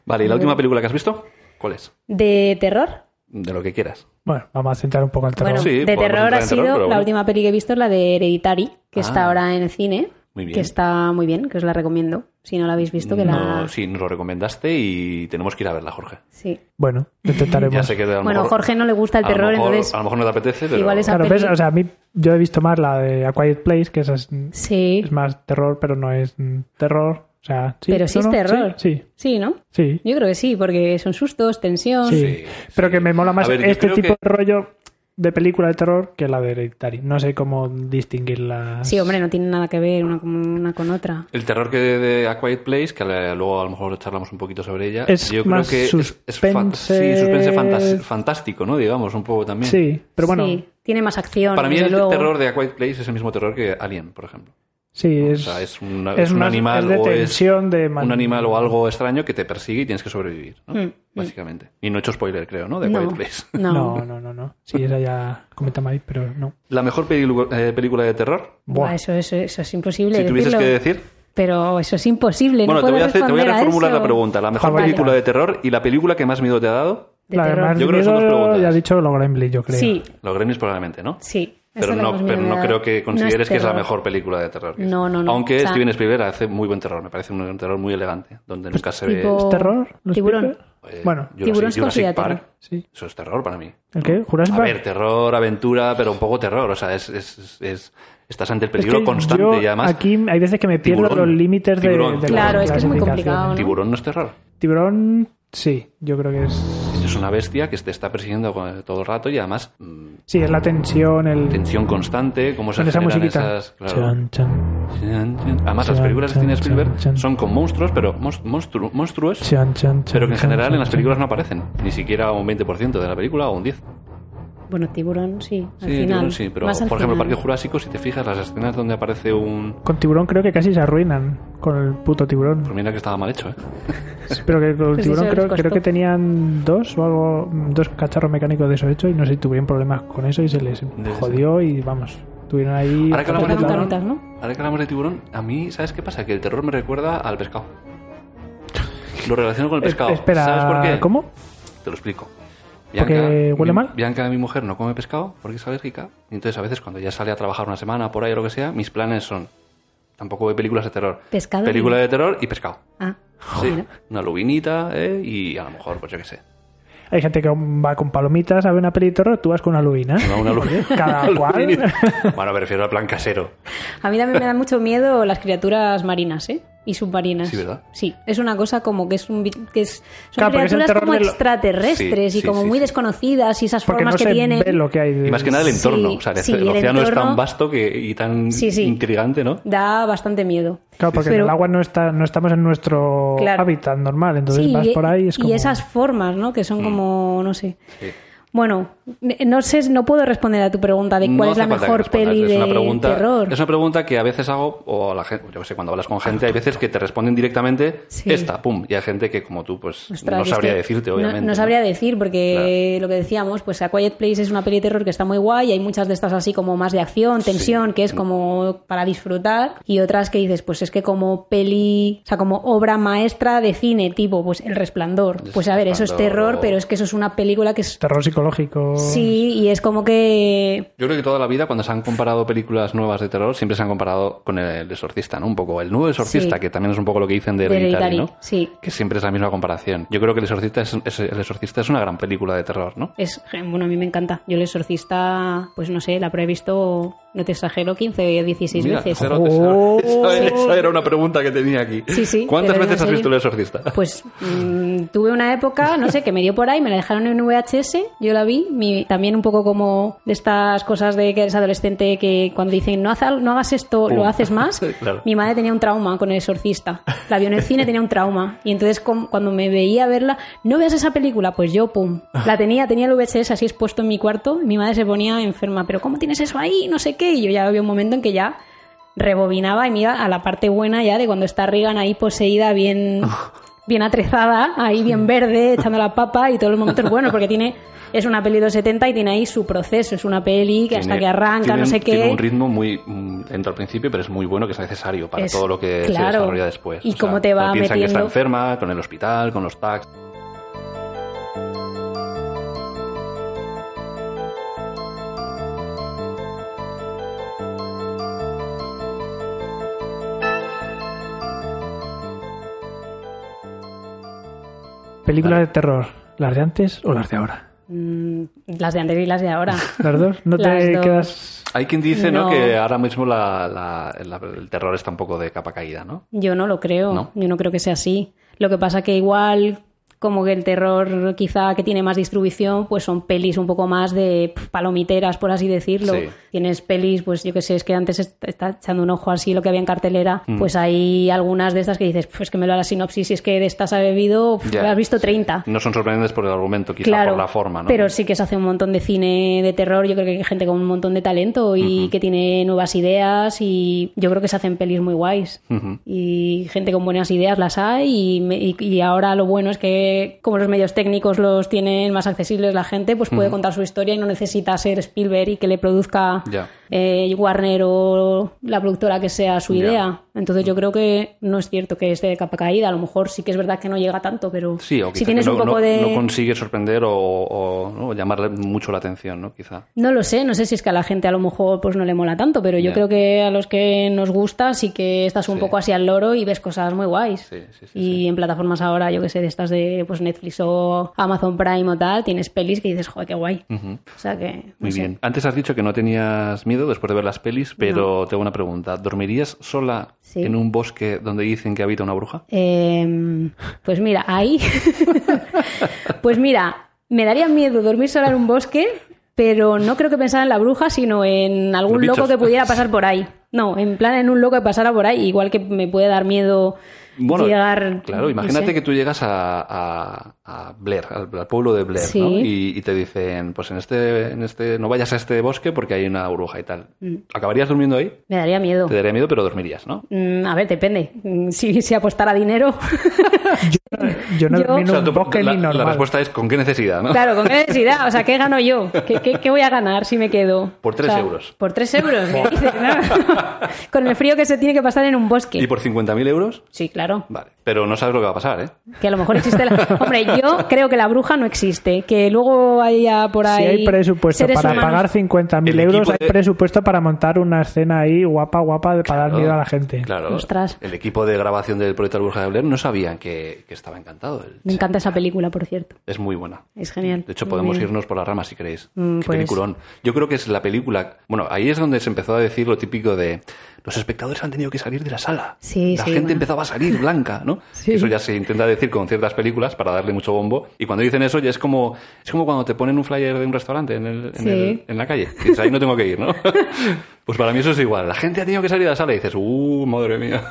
A: Vale, ¿y la última película que has visto? ¿Cuál es?
C: ¿De terror?
A: De lo que quieras.
B: Bueno, vamos a centrar un poco el terror.
C: Bueno,
A: Sí,
C: de
A: podemos entrar
C: terror ha
A: en
C: sido
A: terror, pero bueno.
C: la última peli que he visto es la de Hereditary,
A: Ah.
C: que está ahora en el cine,
A: Muy bien.
C: que está muy bien, que os la recomiendo. Si no la habéis visto, que
A: No,
C: la
A: sí, nos lo recomendaste y tenemos que ir a verla, Jorge.
C: sí.
B: Bueno, lo intentaremos.
A: Ya sé que a lo
C: Bueno,
A: mejor-
C: Jorge no le gusta el
A: a lo
C: terror,
A: mejor-
C: entonces
A: A lo mejor no te apetece, pero...
C: igual es-
B: Claro,
C: esa
B: ¿ves?
C: peli-
B: O sea, a mí yo he visto más la de A Quiet Place, que esa es,
C: sí,
B: es más terror, pero no es mm, terror. O sea, sí.
C: pero sí es
B: no, no,
C: terror.
B: Sí,
C: sí, ¿no?
B: sí. sí,
C: Yo creo que sí, porque son sustos, tensión.
B: sí.
A: sí.
B: Pero que me mola más
A: A ver, yo
B: este
A: creo
B: tipo
A: que-
B: de rollo de película de terror que la de Hereditary. No sé cómo distinguirla.
C: Sí, hombre, no tiene nada que ver una con, una con otra.
A: El terror que de, de A Quiet Place, que le- luego a lo mejor charlamos un poquito sobre ella,
B: Es
A: yo
B: más
A: creo que es- es, fan-
B: suspense-
A: sí, suspense fantas- fantástico, ¿no? Digamos, un poco también.
B: Sí, pero bueno,
C: Sí, tiene más acción.
A: Para mí
C: desde
A: el
C: luego.
A: terror de A Quiet Place es el mismo terror que Alien, por ejemplo.
B: sí, es,
A: o sea, es, una- es un
B: más-
A: animal
B: es de
A: o
B: tensión
A: es
B: de man-
A: un animal o algo extraño que te persigue y tienes que sobrevivir, ¿no?
C: Mm,
A: Básicamente. Y no he hecho spoiler, creo, ¿no? De A
C: No,
A: Quiet Place.
C: no.
B: No, no, no, no. Sí, esa ya comentamos ahí, pero no.
A: La mejor pelicu- eh, película de terror.
B: Buah.
C: Buah, Eso, eso, eso es imposible
A: Si tuvieses
C: decirlo.
A: que decir.
C: Pero eso es imposible.
A: Bueno,
C: no
A: te voy,
C: puedo
A: a hacer- te voy a
C: responder
A: reformular
C: eso.
A: la pregunta. La mejor
B: Vale.
A: película de terror y la película que más miedo te ha dado.
C: De
B: la de
C: terror.
B: más
A: Yo creo que son dos
B: miedo,
A: preguntas.
B: Ya has dicho lo Gremlin, yo creo.
C: Sí,
A: Los Gremlins probablemente, ¿no?
C: sí. Esa
A: Pero
C: es la
A: no,
C: más
A: pero no
C: miedo.
A: creo que consideres que es la
C: terror.
A: mejor película de terror. que
C: No,
A: existe.
C: no, no.
A: Aunque
C: O sea-
A: Steven Spielberg hace muy buen terror. Me parece un terror muy elegante, donde nunca se ve...
C: pues tipo-
B: ¿Es terror? ¿Los
C: Tiburón.
B: Piper?
A: eh,
B: Bueno,
A: Jurassic-
C: Tiburón se
A: Jurassic
C: considera
A: Park.
C: terror.
B: sí.
A: Eso es terror para mí.
B: ¿El qué? ¿Jurassic
A: A
B: Park?
A: ver, terror, aventura, pero un poco terror. O sea, es, es- es- es- estás ante el
B: Es que
A: peligro constante
B: yo
A: y además.
B: Aquí hay veces que me pierdo
A: Tiburón.
B: los límites de,
A: Tiburón,
B: de las
A: Claro, es que es muy
B: clasificaciones.
C: complicado, ¿no?
A: Tiburón no es terror.
B: Tiburón, sí, yo creo que es.
A: Es una bestia que te está persiguiendo con- todo el rato y además mm,
B: Sí, es la tensión, el.
A: tensión constante, cómo se
B: con esa
A: generan
B: musiquita.
A: esas. claro.
B: Chan, chan,
A: Chan, chan. Además, las
B: Chan,
A: películas de
B: chan,
A: cine Spielberg
B: chan, chan.
A: son con monstruos, pero monstru- monstru- monstruos,
B: chan, chan,
A: pero que en
B: chan,
A: general
B: chan,
A: en las
B: chan.
A: películas no aparecen. Ni siquiera un 20% de la película o un 10%.
C: Bueno, tiburón sí. Al
A: Sí,
C: final.
A: tiburón sí, pero por
C: Más al
A: ejemplo,
C: final.
A: Parque Jurásico, si te fijas, las escenas donde aparece un.
B: Con tiburón creo que casi se arruinan con el puto
A: Pues
B: tiburón.
A: mira que estaba mal hecho, ¿eh?
B: Pero que con el
C: Pues
B: tiburón
C: eso les
B: creo, creo
C: costó.
B: que tenían dos o algo, dos cacharros mecánicos de eso hecho y no sé si tuvieron problemas con eso y se les
A: Debe ser.
B: jodió y vamos, tuvieron ahí...
A: Ahora que hablamos de
C: Tocaron
A: tiburón,
C: carotas, ¿no?
A: ahora que hablamos de tiburón, a mí, ¿sabes qué pasa? Que el terror me recuerda al pescado. Lo relaciono con el
B: Es-
A: pescado.
B: espera,
A: ¿Sabes por qué?
B: ¿cómo?
A: Te lo explico.
B: ¿Porque huele
A: mi-
B: mal?
A: Bianca, mi mujer, no come pescado porque es alérgica. Y entonces, a veces, cuando ya sale a trabajar una semana por ahí o lo que sea, mis planes son. Tampoco veo películas de terror.
C: Pescado y-
A: Película de terror y pescado.
C: Ah,
A: Sí,
C: mira.
A: una lubinita, ¿eh? Y a lo mejor, pues yo qué sé.
B: Hay gente que va con palomitas a ver una peli de terror, tú vas con una lubina.
A: Una, una lu-
B: Cada
A: una
B: cual.
A: lubinita. Bueno, me refiero al plan casero.
C: A mí también me dan mucho miedo las criaturas marinas, ¿eh? Y submarinas.
A: Sí, ¿verdad?
C: Sí, es una cosa como que es un. vi- Que es, son
B: Claro, porque es el
C: criaturas
B: terror
C: como
B: de lo-
C: extraterrestres
A: Sí,
C: y
A: sí,
C: como
A: sí,
C: muy
A: sí.
C: desconocidas y esas
B: Porque
C: formas
B: no
C: que
B: se
C: tienen.
B: ve lo que hay de...
A: Y más que nada el
C: Sí,
A: entorno. o sea, el,
C: sí,
A: el
C: el
A: océano es tan
C: entorno-
A: vasto que, y tan
C: Sí, sí.
A: intrigante, ¿no?
C: Da bastante miedo.
B: Claro, porque en
C: Pero-
B: el agua no está, no estamos en nuestro
C: Claro.
B: hábitat normal, entonces
C: Sí,
B: vas
C: y-
B: por ahí y es como...
C: y esas formas, ¿no? Que son como, no sé.
A: Mm. Sí.
C: Bueno, No sé, no puedo responder a tu pregunta de cuál
A: No
C: es la
A: hace falta que
C: mejor
A: respondas.
C: peli
A: es
C: de
A: una pregunta,
C: terror.
A: Es una pregunta que a veces hago, o la gente, yo qué sé, cuando hablas con gente, hay veces que te responden directamente
C: Sí.
A: esta, pum, y hay gente que como tú, pues
C: Ostras,
A: no
C: es
A: sabría
C: que
A: decirte,
C: no-
A: obviamente.
C: No, sabría decir, porque lo que decíamos, pues A Quiet Place es una peli de terror que está muy guay, y hay muchas de estas así como más de acción, tensión, que es
A: Mm.
C: como para disfrutar, y otras que dices, pues es que como peli, o sea, como obra maestra de cine, tipo, pues El Resplandor.
A: El
C: Pues a ver, eso es
A: Resplandor,
C: terror,
A: o-
C: pero es que eso es una película que es...
B: Terror psicológico.
C: Sí, y es como que...
A: Yo creo que toda la vida, cuando se han comparado películas nuevas de terror, siempre se han comparado con el exorcista, ¿no? Un poco el nuevo exorcista,
C: Sí.
A: que también es un poco lo que dicen de
C: De
A: Hereditary,
C: Hereditary,
A: ¿no?
C: sí.
A: Que siempre es la misma comparación. Yo creo que el exorcista es, es- el exorcista es una gran película de terror, ¿no?
C: Es, bueno, a mí me encanta. Yo el exorcista, pues no sé, la habré visto, no te exagero, 15 o 16
A: Mira,
C: veces.
A: cero-
B: Oh.
A: cero- esa, esa era una pregunta que tenía aquí.
C: Sí, sí,
A: ¿Cuántas
C: pero en
A: veces has
C: serio.
A: visto el exorcista?
C: Pues mm, tuve una época, no sé, que me dio por ahí, me la dejaron en VHS, yo la vi, mi- también un poco como de estas cosas de que eres adolescente que cuando dicen no, haz al- no hagas esto, lo
A: Pum.
C: haces más.
A: Claro.
C: Mi madre tenía un trauma con el exorcista, la vio en el cine, tenía un trauma. Y entonces com- cuando me veía verla, no veas esa película, pues yo, pum, la tenía, tenía el VHS así expuesto en mi cuarto, y mi madre se ponía enferma, pero ¿cómo tienes eso ahí? No sé qué, y yo ya había un momento en que ya rebobinaba y me iba a la parte buena ya de cuando está Regan ahí poseída bien bien atrezada, ahí bien verde, echando la papa y todo el momento es bueno porque tiene es una peli de los 70 y tiene ahí su proceso, es una peli que hasta
A: Tiene-
C: que arranca,
A: tiene
C: no
A: un-
C: sé qué.
A: Tiene un ritmo muy mm, lento al principio, pero es muy bueno que es necesario para
C: Es-
A: todo lo que se
C: claro.
A: desarrolla después.
C: Y cómo te va
A: no piensa que está
C: metiendo-
A: enferma, con el hospital, con los tags.
B: Películas de terror. ¿Las de antes o las de ahora?
C: Mm, las de antes y las de ahora.
B: ¿Las dos? ¿No
C: Las
B: te
C: dos.
B: quedas...?
A: Hay quien dice ¿no?
C: No.
A: que ahora mismo la- la- la- el terror está un poco de capa caída, ¿no?
C: Yo no lo creo,
A: No.
C: yo no creo que sea así. Lo que pasa que igual como que el terror quizá que tiene más distribución, pues son pelis un poco más de pf, palomiteras, por así decirlo.
A: Sí.
C: Tienes pelis, pues yo que sé, es que antes est- está echando un ojo así lo que había en cartelera,
A: Mm.
C: pues hay algunas de estas que dices, pues que me lo da la sinopsis, y es que de estas ha bebido, pf,
A: Ya.
C: has visto 30.
A: No son sorprendentes por el argumento, quizá
C: Claro,
A: por la forma, ¿no?
C: pero sí que se hace un montón de cine de terror. Yo creo que hay gente con un montón de talento y que tiene nuevas ideas y yo creo que se hacen pelis muy guays.
A: Ujú.
C: Y gente con buenas ideas las hay y, me- y- y ahora lo bueno es que como los medios técnicos los tienen más accesibles la gente, pues puede contar su historia y no necesita ser Spielberg y que le produzca
A: Ya.
C: eh, Warner o la productora que sea su
A: Ya.
C: idea. Entonces yo creo que no es cierto que esté de capa caída. A lo mejor sí que es verdad que no llega tanto, pero
A: Sí, o quizá
C: si tienes
A: que no,
C: un poco
A: no-
C: de...
A: no consigue sorprender o, o, ¿no? llamarle mucho la atención, ¿no? Quizá.
C: No lo sé, no sé si es que a la gente a lo mejor pues no le mola tanto, pero yo
A: Ya.
C: creo que a los que nos gusta sí que estás un
A: Sí.
C: poco así al loro y ves cosas muy guays.
A: Sí, sí, sí,
C: y
A: sí.
C: en plataformas ahora, yo que sé, de estas de pues Netflix o Amazon Prime o tal, tienes pelis que dices, joder, qué guay. O sea que... no
A: Muy
C: sé.
A: bien. Antes has dicho que no tenías miedo después de ver las pelis, pero tengo una pregunta. ¿Dormirías sola
C: Sí.
A: en un bosque donde dicen que habita una bruja?
C: Eh, pues mira, ahí. pues mira, me daría miedo dormir sola en un bosque, pero no creo que pensara en la bruja, sino en algún
A: Los bichos.
C: loco que pudiera pasar por ahí. No, en plan en un loco que pasara por ahí, igual que me puede dar miedo llegar.
A: Claro, imagínate
C: no sé.
A: que tú llegas a, a- a Blair, al, al pueblo de Blair,
C: Sí.
A: ¿no? Y, y te dicen, pues en este, en este, no vayas a este bosque porque hay una bruja y tal.
C: Mm.
A: ¿Acabarías durmiendo ahí?
C: Me daría miedo.
A: Te daría miedo, pero dormirías, ¿no?
C: Mm, a ver, depende. Mm, Si, si apostara dinero.
B: Yo no
C: Yo-
B: dormí en
C: O
B: un
A: tú-
B: bosque
A: la,
B: ni
A: la
B: normal.
A: respuesta es con qué necesidad, ¿no?
C: Claro, ¿con qué necesidad? O sea, ¿qué gano yo? ¿Qué, qué- qué voy a ganar si me quedo?
A: Por tres
C: O sea,
A: euros.
C: Por tres euros, ¿qué dices? No. Con el frío que se tiene que pasar en un bosque.
A: ¿Y por 50.000 euros?
C: Sí, claro.
A: Vale. Pero no sabes lo que va a pasar, ¿eh?
C: Que a lo mejor existe la... Hombre, yo creo que la bruja no existe. Que luego haya por ahí...
B: Si hay presupuesto
C: seres
B: para
C: humanos-
B: pagar
A: El
B: 50.000
A: equipo
B: euros, hay
A: de-
B: presupuesto para montar una escena ahí guapa, guapa, de- para dar miedo a la gente.
A: Claro.
C: Ostras.
A: El equipo de grabación del proyecto Bruja de Blair no sabían que, que estaba encantado. El-
C: Me encanta esa película, por cierto.
A: Es muy buena.
C: Es genial.
A: De hecho, podemos
C: Muy bien.
A: irnos por las ramas si queréis.
C: Mm,
A: Qué
C: pues.
A: peliculón. Yo creo que es la película. Bueno, ahí es donde se empezó a decir lo típico de los espectadores han tenido que salir de la sala.
C: Sí,
A: la
C: sí,
A: gente
C: bueno.
A: empezaba a salir blanca, ¿no?
C: Sí.
A: Eso ya se intenta decir con ciertas películas para darle mucho bombo. Y cuando dicen eso, ya es como es como cuando te ponen un flyer de un restaurante en, el- en
C: Sí.
A: el- en la calle. Y dices, ahí no tengo que ir, ¿no? pues para mí eso es igual. La gente ha tenido que salir de la sala y dices, ¡uh, madre mía!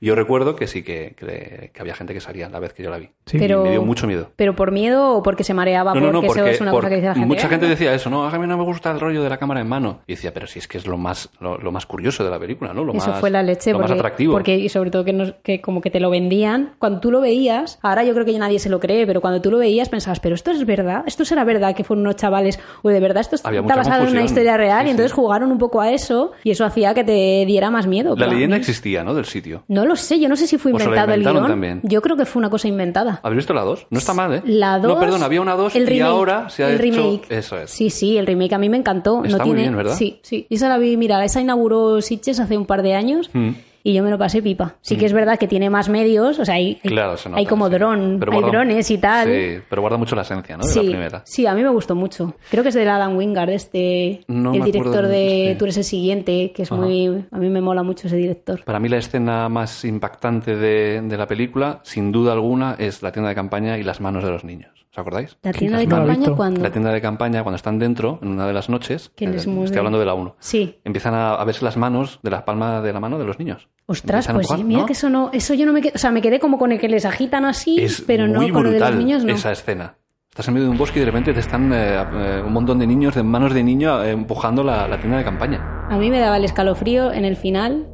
A: Y yo recuerdo que sí, que, que- que había gente que salía la vez que yo la vi.
B: Sí.
A: Y
C: Pero-
A: me dio mucho miedo.
C: ¿Pero por miedo o porque se mareaba?
A: No, no, no,
C: porque, eso
A: porque,
C: es una
A: porque
C: cosa que dice la gente.
A: mucha
C: "Eh,
A: gente decía eso, no, a mí no me gusta el rollo de la cámara en mano. Y decía, pero si es que es lo más, lo, lo más curioso de la película, ¿no? Lo
C: Eso
A: más,
C: fue la leche.
A: lo
C: porque,
A: más atractivo.
C: Porque, y sobre todo que, nos- que como que te lo vendían. Cuando tú lo veías, ahora yo creo que ya nadie se lo cree, pero cuando tú lo veías pensabas, pero esto es verdad, esto será verdad que fueron unos chavales, o de verdad esto
A: Había
C: está
A: mucha
C: basado en una
A: confusión.
C: historia real,
A: Sí,
C: y entonces
A: sí.
C: jugaron un poco a eso, y eso hacía que te diera más miedo.
A: la
C: pero a
A: leyenda
C: mí-
A: existía, ¿no? Del sitio.
C: No lo sé, yo no sé si
A: O
C: fue
A: Pues se la
C: inventado el
A: inventaron
C: guión.
A: también.
C: Yo creo que fue una cosa inventada.
A: ¿Habéis visto la 2? No está mal, ¿eh?
C: La 2.
A: No, perdón, había una 2 y ahora se ha
C: el
A: hecho...
C: remake.
A: Eso es.
C: Sí, sí, el remake a mí me encantó. no
A: Está muy
C: tiene-
A: bien, ¿verdad?
C: Sí, sí. Y esa la vi, mira, esa inauguró Sitges hace un par de años
A: Mm.
C: y yo me lo pasé pipa. Sí que es verdad que tiene más medios, o sea, hay, hay-
A: Claro, se nota,
C: hay como
A: sí.
C: dron,
A: Pero
C: hay
A: guarda-
C: drones y tal.
A: Sí, pero guarda mucho la esencia, ¿no? De la
C: Sí,
A: primera.
C: sí, a mí me gustó mucho. Creo que es del Adam Wingard, este,
A: No
C: el
A: me acuerdo
C: director de
A: sí.
C: Tú eres el siguiente, que es
A: Ajá.
C: muy... A mí me mola mucho ese director.
A: Para mí la escena más impactante de, de la película, sin duda alguna, es la tienda de campaña y las manos de los niños. ¿Os acordáis?
C: La tienda de
B: no lo he
C: campaña
B: visto.
C: cuando...
A: La tienda de campaña, cuando están dentro, en una de las noches,
C: Que
A: eh,
C: les mueve.
A: estoy hablando de la 1,
C: Sí.
A: empiezan a, a verse las manos de las palmas de la mano de los niños.
C: Ostras,
A: Empiezan a
C: pues
A: empujar,
C: sí, mira
A: ¿no?
C: que eso no, eso yo no me quedé, o sea, me quedé como con el que les agitan así,
A: Es
C: pero no
A: muy
C: con lo de
A: brutal
C: los niños no.
A: esa escena. Estás en medio de un bosque y de repente te están eh, eh, un montón de niños, de manos de niño, eh, empujando la, la tienda de campaña.
C: A mí me daba el escalofrío en el final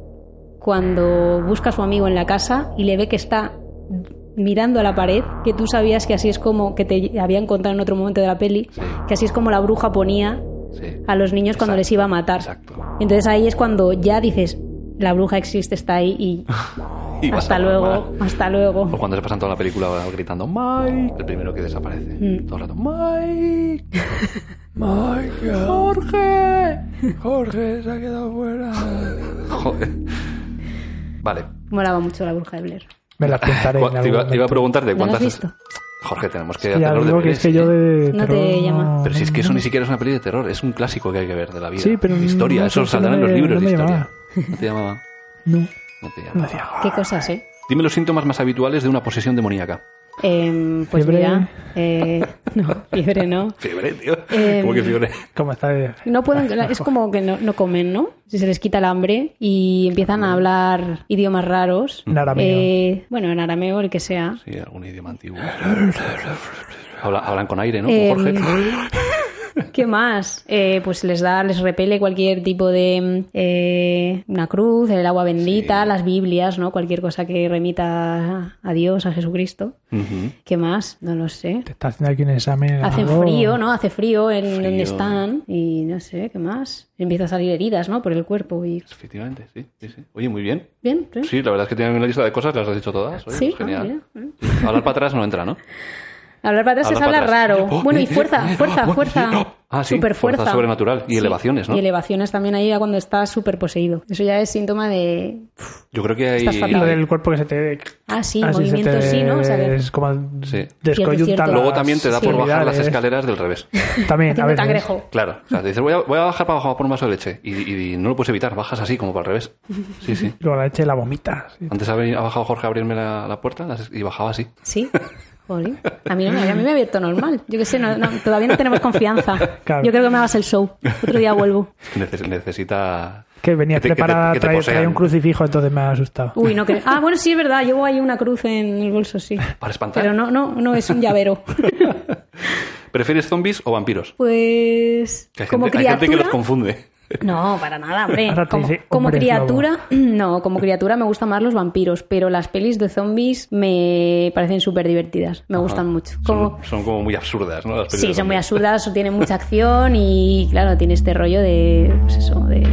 C: cuando busca a su amigo en la casa y le ve que está mirando a la pared, que tú sabías que así es como que te habían contado en otro momento de la peli,
A: Sí.
C: que así es como la bruja ponía
A: Sí.
C: a los niños cuando
A: Exacto,
C: les iba a matar.
A: Exacto.
C: Y Entonces ahí es cuando ya dices, la bruja existe, está ahí y
A: Y vas
C: hasta
A: a
C: luego,
A: mamar.
C: hasta luego.
A: O cuando se pasan toda la película gritando Mike, el primero que desaparece.
C: Mm.
A: Todo el rato, Mike. Mike. Jorge. Jorge se ha quedado fuera. Joder. Vale.
C: Molaba mucho la bruja de Blair.
B: Me las contaré. en
A: Cu- Te
B: algún
A: iba, te iba a
B: momento.
A: preguntarte
C: ¿No la has
A: cuántas...
C: visto?
A: Jorge, tenemos que
B: Ya
A: hacer los
B: digo que
A: deberes,
B: es que yo
A: ¿eh?
B: de
C: No te
B: terror
C: llama.
A: Pero si es que eso
B: no-
A: ni siquiera es una peli de terror, es un clásico que hay que ver de la vida.
B: Sí, pero
A: De historia,
B: no
A: eso
B: sé,
A: saldrá
B: no
A: en los
B: me-
A: libros
B: no
A: de
B: me
A: historia.
B: llamaba.
A: No te llamaba.
B: No.
A: No te
B: No.
A: llamaba.
C: Qué cosas, ¿eh?
A: Dime los síntomas más habituales de una posesión demoníaca.
C: Em, pues
B: Fiebre.
C: mira, eh, no, fiebre no.
A: Fiebre, tío.
C: Em,
A: ¿Cómo que fiebre?
B: ¿Cómo está? de-
C: No pueden, es como que no, no comen, ¿no? Si se les quita el hambre y empiezan a hablar idiomas raros.
B: En arameo.
C: Eh, bueno, en arameo, el que sea.
A: Sí, algún idioma antiguo. Habla- hablan con aire, ¿no? Con
C: Eh,
A: Jorge.
C: ¿Qué más? Eh, pues les da, les repele cualquier tipo de eh, una cruz, el agua bendita,
A: Sí.
C: las Biblias, ¿no? Cualquier cosa que remita a Dios, a Jesucristo.
A: Ujú.
C: ¿Qué más? No lo sé.
B: Te está haciendo aquí un examen.
C: Hace
B: algo.
C: frío, ¿no? Hace frío en donde
A: Frío.
C: están y no sé, ¿qué más? Empieza a salir heridas, ¿no? Por el cuerpo y...
A: Efectivamente, sí, sí, sí. Oye, muy bien.
C: Bien, bien.
A: Sí, la verdad es que tienen una lista de cosas, las has dicho todas. Oye,
C: Sí,
A: pues
C: ah,
A: genial.
C: mira,
A: Hablar para atrás no entra, ¿no?
C: Hablar para atrás es
A: Hablar
C: hablar
A: para atrás.
C: raro.
A: Oh,
C: bueno, y
A: eh,
C: fuerza,
A: eh,
C: fuerza,
A: oh,
C: fuerza.
A: eh, oh. Ah, sí,
C: Superfuerza.
A: fuerza sobrenatural. Y elevaciones, ¿no?
C: Y elevaciones también ahí ya cuando estás súper poseído. Eso ya es síntoma de.
A: Yo creo que hay.
C: Estás
B: Y lo
C: fatal.
B: del cuerpo que se te.
C: Ah,
B: así
C: sí,
B: se
C: movimiento
B: te-
C: sí, ¿no? O sea, que-
B: Es como.
A: Sí.
B: Descoyunta.
C: cierto.
A: Luego también te da por
C: Sí.
A: bajar las
B: habilidades.
A: escaleras del revés.
B: También, a
C: Haciendo
B: ver.
C: cangrejo.
A: Claro, o sea, te dices, voy a, voy a bajar para abajo por un vaso de leche. Y, y- y no lo puedes evitar, bajas así, como para el revés. Sí, sí.
B: Luego la leche la vomitas.
A: Antes ha venido- ha bajado Jorge a abrirme la, la puerta las- y bajaba así.
C: Sí. Jolín. A mí, no, me- a mí me ha abierto normal. Yo qué sé, no- no, todavía no tenemos confianza.
B: Claro.
C: Yo creo que me hagas el show. Otro día vuelvo.
A: Neces- necesita.
B: Que venía
A: te- te-
B: preparada,
A: que te
B: trae-
A: posean.
B: traía un crucifijo, entonces me ha asustado.
C: Uy, no creo. Ah, bueno, sí, es verdad. Llevo ahí una cruz en el bolso, sí.
A: Para espantar.
C: Pero no, no, no es un llavero.
A: ¿Prefieres zombies o vampiros?
C: Pues.
A: Que hay,
C: como
A: gente, hay gente que los
C: criatura-
A: confunde.
C: No, para nada, hombre.
B: Ahora te
C: Como,
B: dice,
C: como
B: hombre
C: criatura, no, como criatura me gustan más los vampiros, pero las pelis de zombies me parecen súper divertidas, me gustan mucho. Como,
A: Son, son como muy absurdas, ¿no? Las pelis
C: sí,
A: de
C: son muy
A: zombies.
C: absurdas, tienen mucha acción y claro, tiene este rollo de, pues eso, de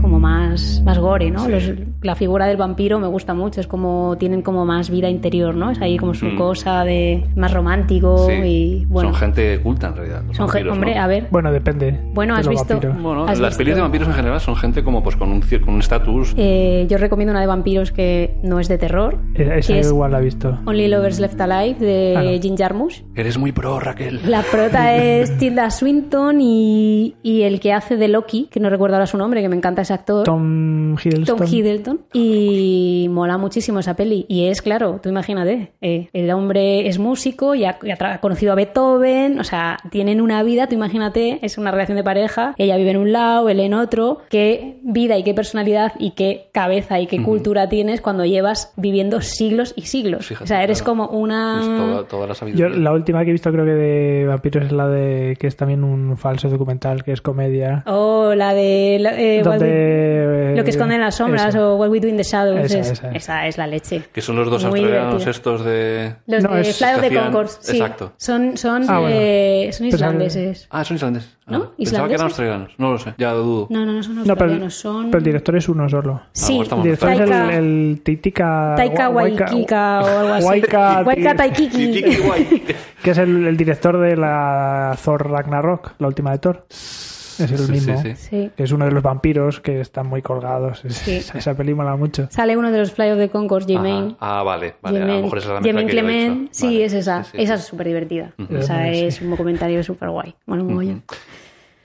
C: como más, más gore, ¿no? Los- la figura del vampiro me gusta mucho, es como tienen como más vida interior, ¿no? Es ahí como su cosa de más romántico
A: Mm. Sí.
C: y bueno,
A: Son gente culta en realidad. los
C: son gen-
A: vampiros,
C: hombre,
A: ¿no?
C: a ver,
B: Bueno, depende.
C: Bueno,
B: de
C: has
B: los
C: visto-
B: vampiros.
A: Bueno,
C: ¿Has
A: las pelis
C: visto?
A: de vampiros en general son gente como pues con un cier- con un estatus.
C: eh, yo recomiendo una de vampiros que no es de terror,
B: Eh, Esa
C: que es
B: igual la he visto.
C: Only Lovers Left Alive de
B: Ah, no.
C: Jim Jarmusch.
A: Eres muy pro, Raquel.
C: La prota es Tilda Swinton y, y el que hace de Loki, que no recuerdo ahora su nombre, que me encanta ese actor,
B: Tom Hiddleston.
C: Tom Hiddleston, animación y mola muchísimo esa peli. Y es, claro, tú imagínate, eh, el hombre es músico y ha, y ha tra- ha conocido a Beethoven, o sea, tienen una vida, tú imagínate, es una relación de pareja, ella vive en un lado, él en otro, qué vida y qué personalidad y qué cabeza y qué cultura tienes cuando llevas viviendo siglos y siglos.
A: Fíjate,
C: o sea, eres
A: claro.
C: como una...
A: Es Pues, toda, toda la
B: Yo
A: sabiduría.
B: la última que he visto creo que de vampiros es la de que es también un falso documental que es comedia.
C: Oh, la de... la- eh, What
B: donde,
C: We-
B: eh,
C: Lo que esconde en las sombras
B: eso.
C: o What We Do in the Shadows.
B: Esa,
C: es-
B: esa, esa.
C: esa es la leche.
A: Que son los dos
C: Muy
A: australianos
C: divertida.
A: estos de...
C: Los
B: No,
C: de
B: es-
C: Flight of the
A: que hacían-
C: Concords, sí.
A: exacto.
C: Son, son,
B: Ah, bueno.
C: eh, son islandeses.
A: Ah, son islandeses. Ah,
C: ¿No?
A: Pensaba que eran
C: ¿Islandeses?
A: australianos. No lo sé, ya lo dudo.
C: No, no, no son
B: No, pero,
C: australianos, son...
B: pero el director es uno solo.
A: Ah,
C: Sí,
A: bueno,
B: El
A: estamos-
B: director es el,
C: Taika-
B: el Titika...
C: Taika
B: Waika-
C: Waikika o algo así.
B: Waika-
C: Waika Taikiki.
B: Que es el, el director de la Thor Ragnarok, la última de Thor. Es el
A: Sí, sí,
B: mismo.
A: sí.
C: Sí.
B: Que es uno de los vampiros que están muy colgados. Es-
C: Sí.
B: Esa peli mola mucho.
C: Sale uno de los Fly of the Concords, Jemaine.
A: Ajá. Ah, vale, vale. A lo
C: Jemaine-
A: mejor esa es la mezcla
C: Jemaine
A: que yo he hecho.
C: Clement, sí,
A: Vale,
C: es esa.
A: sí, sí,
C: esa
A: sí.
C: es súper divertida.
B: Ujú.
C: Esa
B: Sí.
C: es un documentario súper guay. Bueno, un mogollón.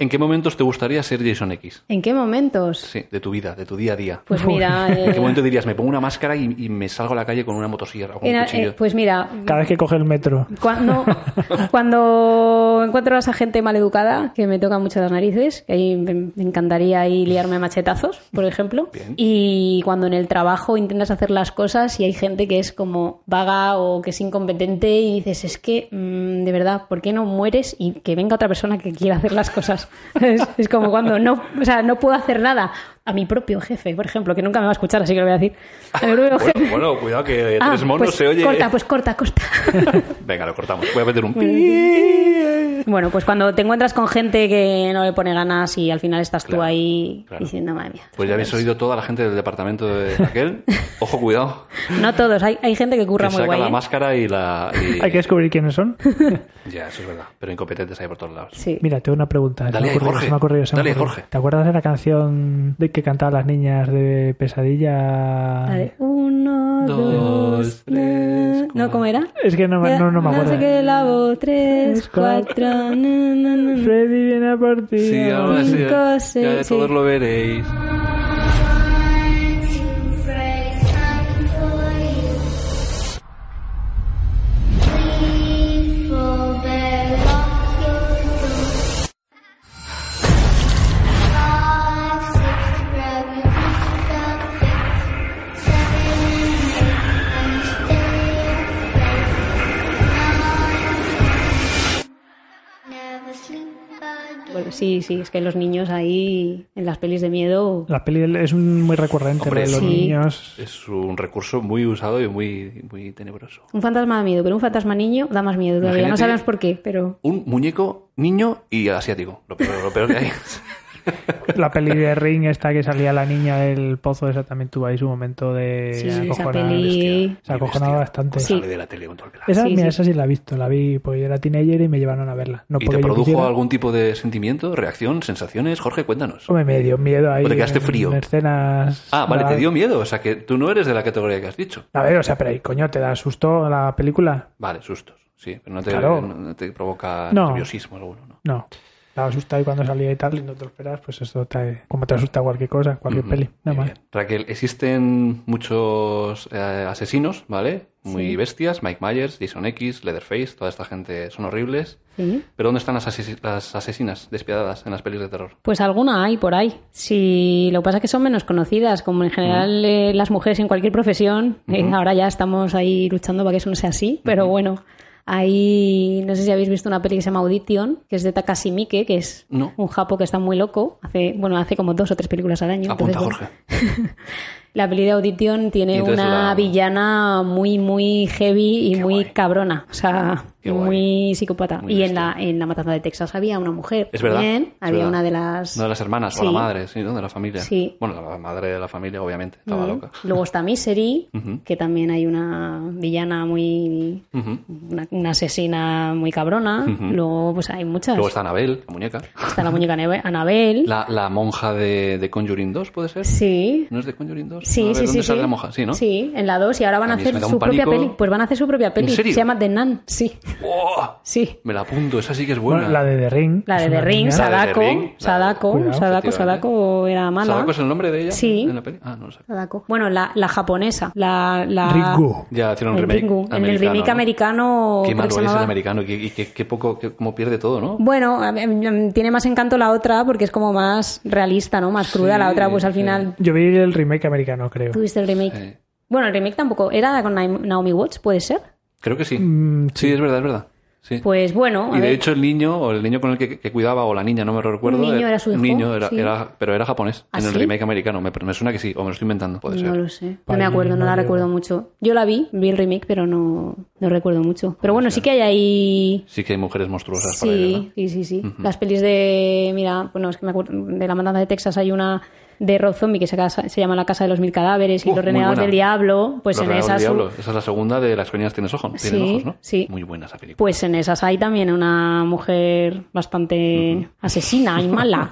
A: ¿En qué momentos te gustaría ser Jason X?
C: ¿En qué momentos?
A: Sí, de tu vida, de tu día a día.
C: Pues mira...
A: ¿En
C: eh,
A: qué momento dirías, me pongo una máscara y, y me salgo a la calle con una motosierra o con
C: en-
A: un
C: eh,
A: cuchillo?
C: pues mira,
B: Cada vez que coge el metro.
C: Cuando, cuando encuentro a esa gente maleducada, que me toca mucho las narices, que ahí me me encantaría ahí liarme a machetazos, por ejemplo.
A: Bien.
C: Y cuando en el trabajo intentas hacer las cosas y hay gente que es como vaga o que es incompetente y dices, es que, mm, de verdad, ¿por qué no mueres y que venga otra persona que quiera hacer las cosas? es, es como cuando no, o sea, no puedo hacer nada. A mi propio jefe, por ejemplo, que nunca me va a escuchar, así que lo voy a decir. A mi propio jefe.
A: bueno, bueno, cuidado que de
C: Ah,
A: tres monos
C: pues
A: se oye. ¿eh?
C: Corta, pues corta, corta.
A: Venga, lo cortamos. Voy a meter un pi.
C: Bueno, pues cuando te encuentras con gente que no le pone ganas y al final estás tú
A: Claro,
C: ahí
A: claro.
C: diciendo, madre mía.
A: Pues ya habéis oído toda la gente del departamento de Raquel. Ojo, cuidado.
C: No todos, hay, hay gente que curra
A: Que
C: muy
A: saca
C: guay.
A: la
C: ¿eh?
A: máscara y la. y-
B: Hay que descubrir quiénes son.
A: Ya, eso es verdad. Pero incompetentes hay por todos lados.
C: Sí.
B: Mira, tengo una pregunta. se
A: Dale
B: me ha
A: ahí,
B: ocurrido,
A: Jorge.
B: se me ha ocurrido, se me ha
A: Dale ahí,
B: ocurrido.
A: Jorge.
B: ¿Te acuerdas de la canción de que cantaban las niñas de Pesadilla?
C: La de uno, dos,
A: Dos, tres.
C: na- No, ¿cómo era?
B: Es que no, me- no, no me acuerdo.
C: No sé qué, la voz, tres, cuatro, na, na, na, na.
B: Freddy viene a por ti.
A: Sí, ahora sí. ¿eh?
C: Cinco,
A: Ya de
C: seis,
A: todos
C: sí.
A: lo veréis.
C: Bueno, sí, sí, es que los niños ahí en las pelis de miedo.
B: La peli del- es un- muy recurrente
A: Hombre,
B: lo de los
C: sí.
B: niños.
A: Es un recurso muy usado y muy, muy tenebroso.
C: Un fantasma da miedo, pero un fantasma niño da más miedo todavía. No
A: Imagínate-
C: sabemos por qué, pero.
A: Un muñeco niño y asiático. Lo peor, lo peor que hay.
B: La peli de Ring, esta que salía la niña del pozo, esa también tuvo ahí su momento de
C: Sí, esa
B: acojonar.
C: peli- Sí.
B: Se acojonaba bastante.
A: pues Sale
C: Sí.
A: de la tele con todo el pelazo.
B: Esa,
C: Sí,
B: mira,
C: sí.
B: esa sí la he visto. La vi porque yo era teenager y me llevaron a verla. No
A: ¿Y
B: porque
A: te
B: yo
A: produjo
B: quisiera.
A: algún tipo de sentimiento, reacción, sensaciones? Jorge, cuéntanos.
B: Hombre, me dio miedo ahí.
A: ¿O te quedaste
B: en
A: frío?
B: escenas.
A: Ah, vale,
B: la-
A: te dio miedo. O sea, que tú no eres de la categoría que has dicho.
B: A ver, o sea, pero ahí, coño, ¿te da susto la película?
A: Vale, sustos. Sí, pero no te,
B: Claro.
A: no- no te provoca
B: No.
A: nerviosismo alguno, ¿no?
B: No. Estaba asustado y cuando salía y tal, y no te lo esperas, pues eso te, como te asusta cualquier cosa, cualquier peli. Nada
A: Mm, Muy
B: más.
A: bien. Raquel, existen muchos eh, asesinos, ¿vale? Muy bestias. Mike Myers, Jason X, Leatherface, toda esta gente son horribles.
C: Sí.
A: Pero ¿dónde están las, ases- las asesinas despiadadas en las pelis de terror?
C: Pues alguna hay por ahí. Si lo que pasa es que son menos conocidas, como en general eh, las mujeres en cualquier profesión. eh, ahora ya estamos ahí luchando para que eso no sea así, pero bueno. Ahí, no sé si habéis visto una peli que se llama Audition, que es de Takashi Miike, que es
A: No.
C: un japo que está muy loco. Hace, bueno, hace como dos o tres películas al año.
A: Apunta,
C: entonces,
A: Jorge.
C: la peli de Audition
A: Y
C: tiene
A: entonces
C: una
A: la-
C: villana muy, muy heavy y
A: Qué
C: muy
A: guay.
C: cabrona. O sea,
A: Qué
C: muy psicópata.
A: Muy
C: y en
A: bestia.
C: la, en la Matanza de Texas había una mujer.
A: Es verdad.
C: también.
A: es
C: había
A: verdad.
C: una de las.
A: Una de las hermanas o
C: Sí.
A: la madre, sí, ¿no? De la familia.
C: Sí.
A: Bueno, la madre de la familia, obviamente. Estaba
C: Mm.
A: loca.
C: Luego está Misery,
A: Ujú.
C: que también hay una villana muy.
A: Ujú.
C: Una, una asesina muy cabrona.
A: Ujú.
C: Luego, pues hay muchas.
A: Luego está Anabel, la muñeca.
C: Está la muñeca Neve- Anabel.
A: La, la monja de, de Conjuring 2, ¿puede ser?
C: Sí.
A: ¿No es de Conjuring 2? 2?
C: Sí,
A: A ver,
C: sí,
A: ¿dónde
C: sí,
A: sale
C: sí.
A: la moja? Sí, ¿no?
C: Sí, en la 2 y ahora van
A: A
C: a,
A: mí
C: hacer
A: se me da un
C: su propia
A: pánico.
C: peli. Pues van a hacer su propia peli.
A: ¿En serio?
C: Se llama The Nun, sí.
A: ¡Buah!
C: Sí.
A: Me la apunto, esa sí que es buena.
B: Bueno, la de The Ring.
C: La
B: es
C: de
B: una
C: The Ring,
B: niña.
A: Sa- La de The
C: Sadako,
A: Ring, la de-
C: Sadako,
B: Cuidado.
C: Sadako,
A: Efectivamente.
C: Sadako era mala.
A: ¿Sadako es el nombre de ella?
C: Sí.
A: ¿En la peli? Ah, no lo sé.
C: Sadako. Bueno, la, la japonesa, la... la...
B: Ringu.
A: Ya hicieron un
C: El
A: remake.
C: Ringu. En el remake
A: ¿no?
C: americano,
A: Qué
C: creo que
A: malo
C: se
A: es el
C: llamaba-
A: americano, qué, y qué, qué poco, qué- cómo pierde todo, ¿no?
C: Bueno, a- em, tiene más encanto la otra porque es como más realista, ¿no? Más cruda.
A: Sí,
C: la otra, pues al
A: sí.
C: final
B: Yo vi el remake americano, creo.
C: tuviste el remake.
A: Sí.
C: Bueno, el remake tampoco. ¿Era con Naim- Naomi Watts? ¿Puede ser?
A: Creo que sí.
B: Mm,
A: sí. es verdad, es verdad. Sí.
C: Pues bueno. a
A: y de
C: ver.
A: hecho el niño, o el niño con el que, que cuidaba, o la niña, no me lo recuerdo.
C: niño era su hijo,
A: Un niño, era,
C: sí.
A: era- pero era japonés.
C: ¿Ah,
A: en el
C: sí?
A: remake americano. Me, me suena que sí, o me lo estoy inventando, puede
C: No
A: ser.
C: lo sé. No me
B: Pain
C: acuerdo, no la
B: Mario.
C: recuerdo mucho. Yo la vi, vi el remake, pero no, no recuerdo mucho. Pero bueno, sí que hay ahí.
A: Sí que hay mujeres monstruosas para ir, ¿verdad?
C: Sí, sí, sí, sí. Las pelis de. Mira, bueno, es que me acuerdo. De La Matanza de Texas hay una de Rob Zombie que se, casa- se llama La Casa de los Mil Cadáveres y
A: Uf, Uh,
C: Los
A: muy
C: Renegados
A: buena.
C: del Diablo. Pues
A: Los
C: en
A: Renegados
C: esas.
A: del Diablo. Esa es la segunda de Las coñas tienes ojos, tienen
C: Sí,
A: ojos, ¿no?
C: sí.
A: Muy buena esa película.
C: Pues en esas hay también una mujer bastante asesina y mala.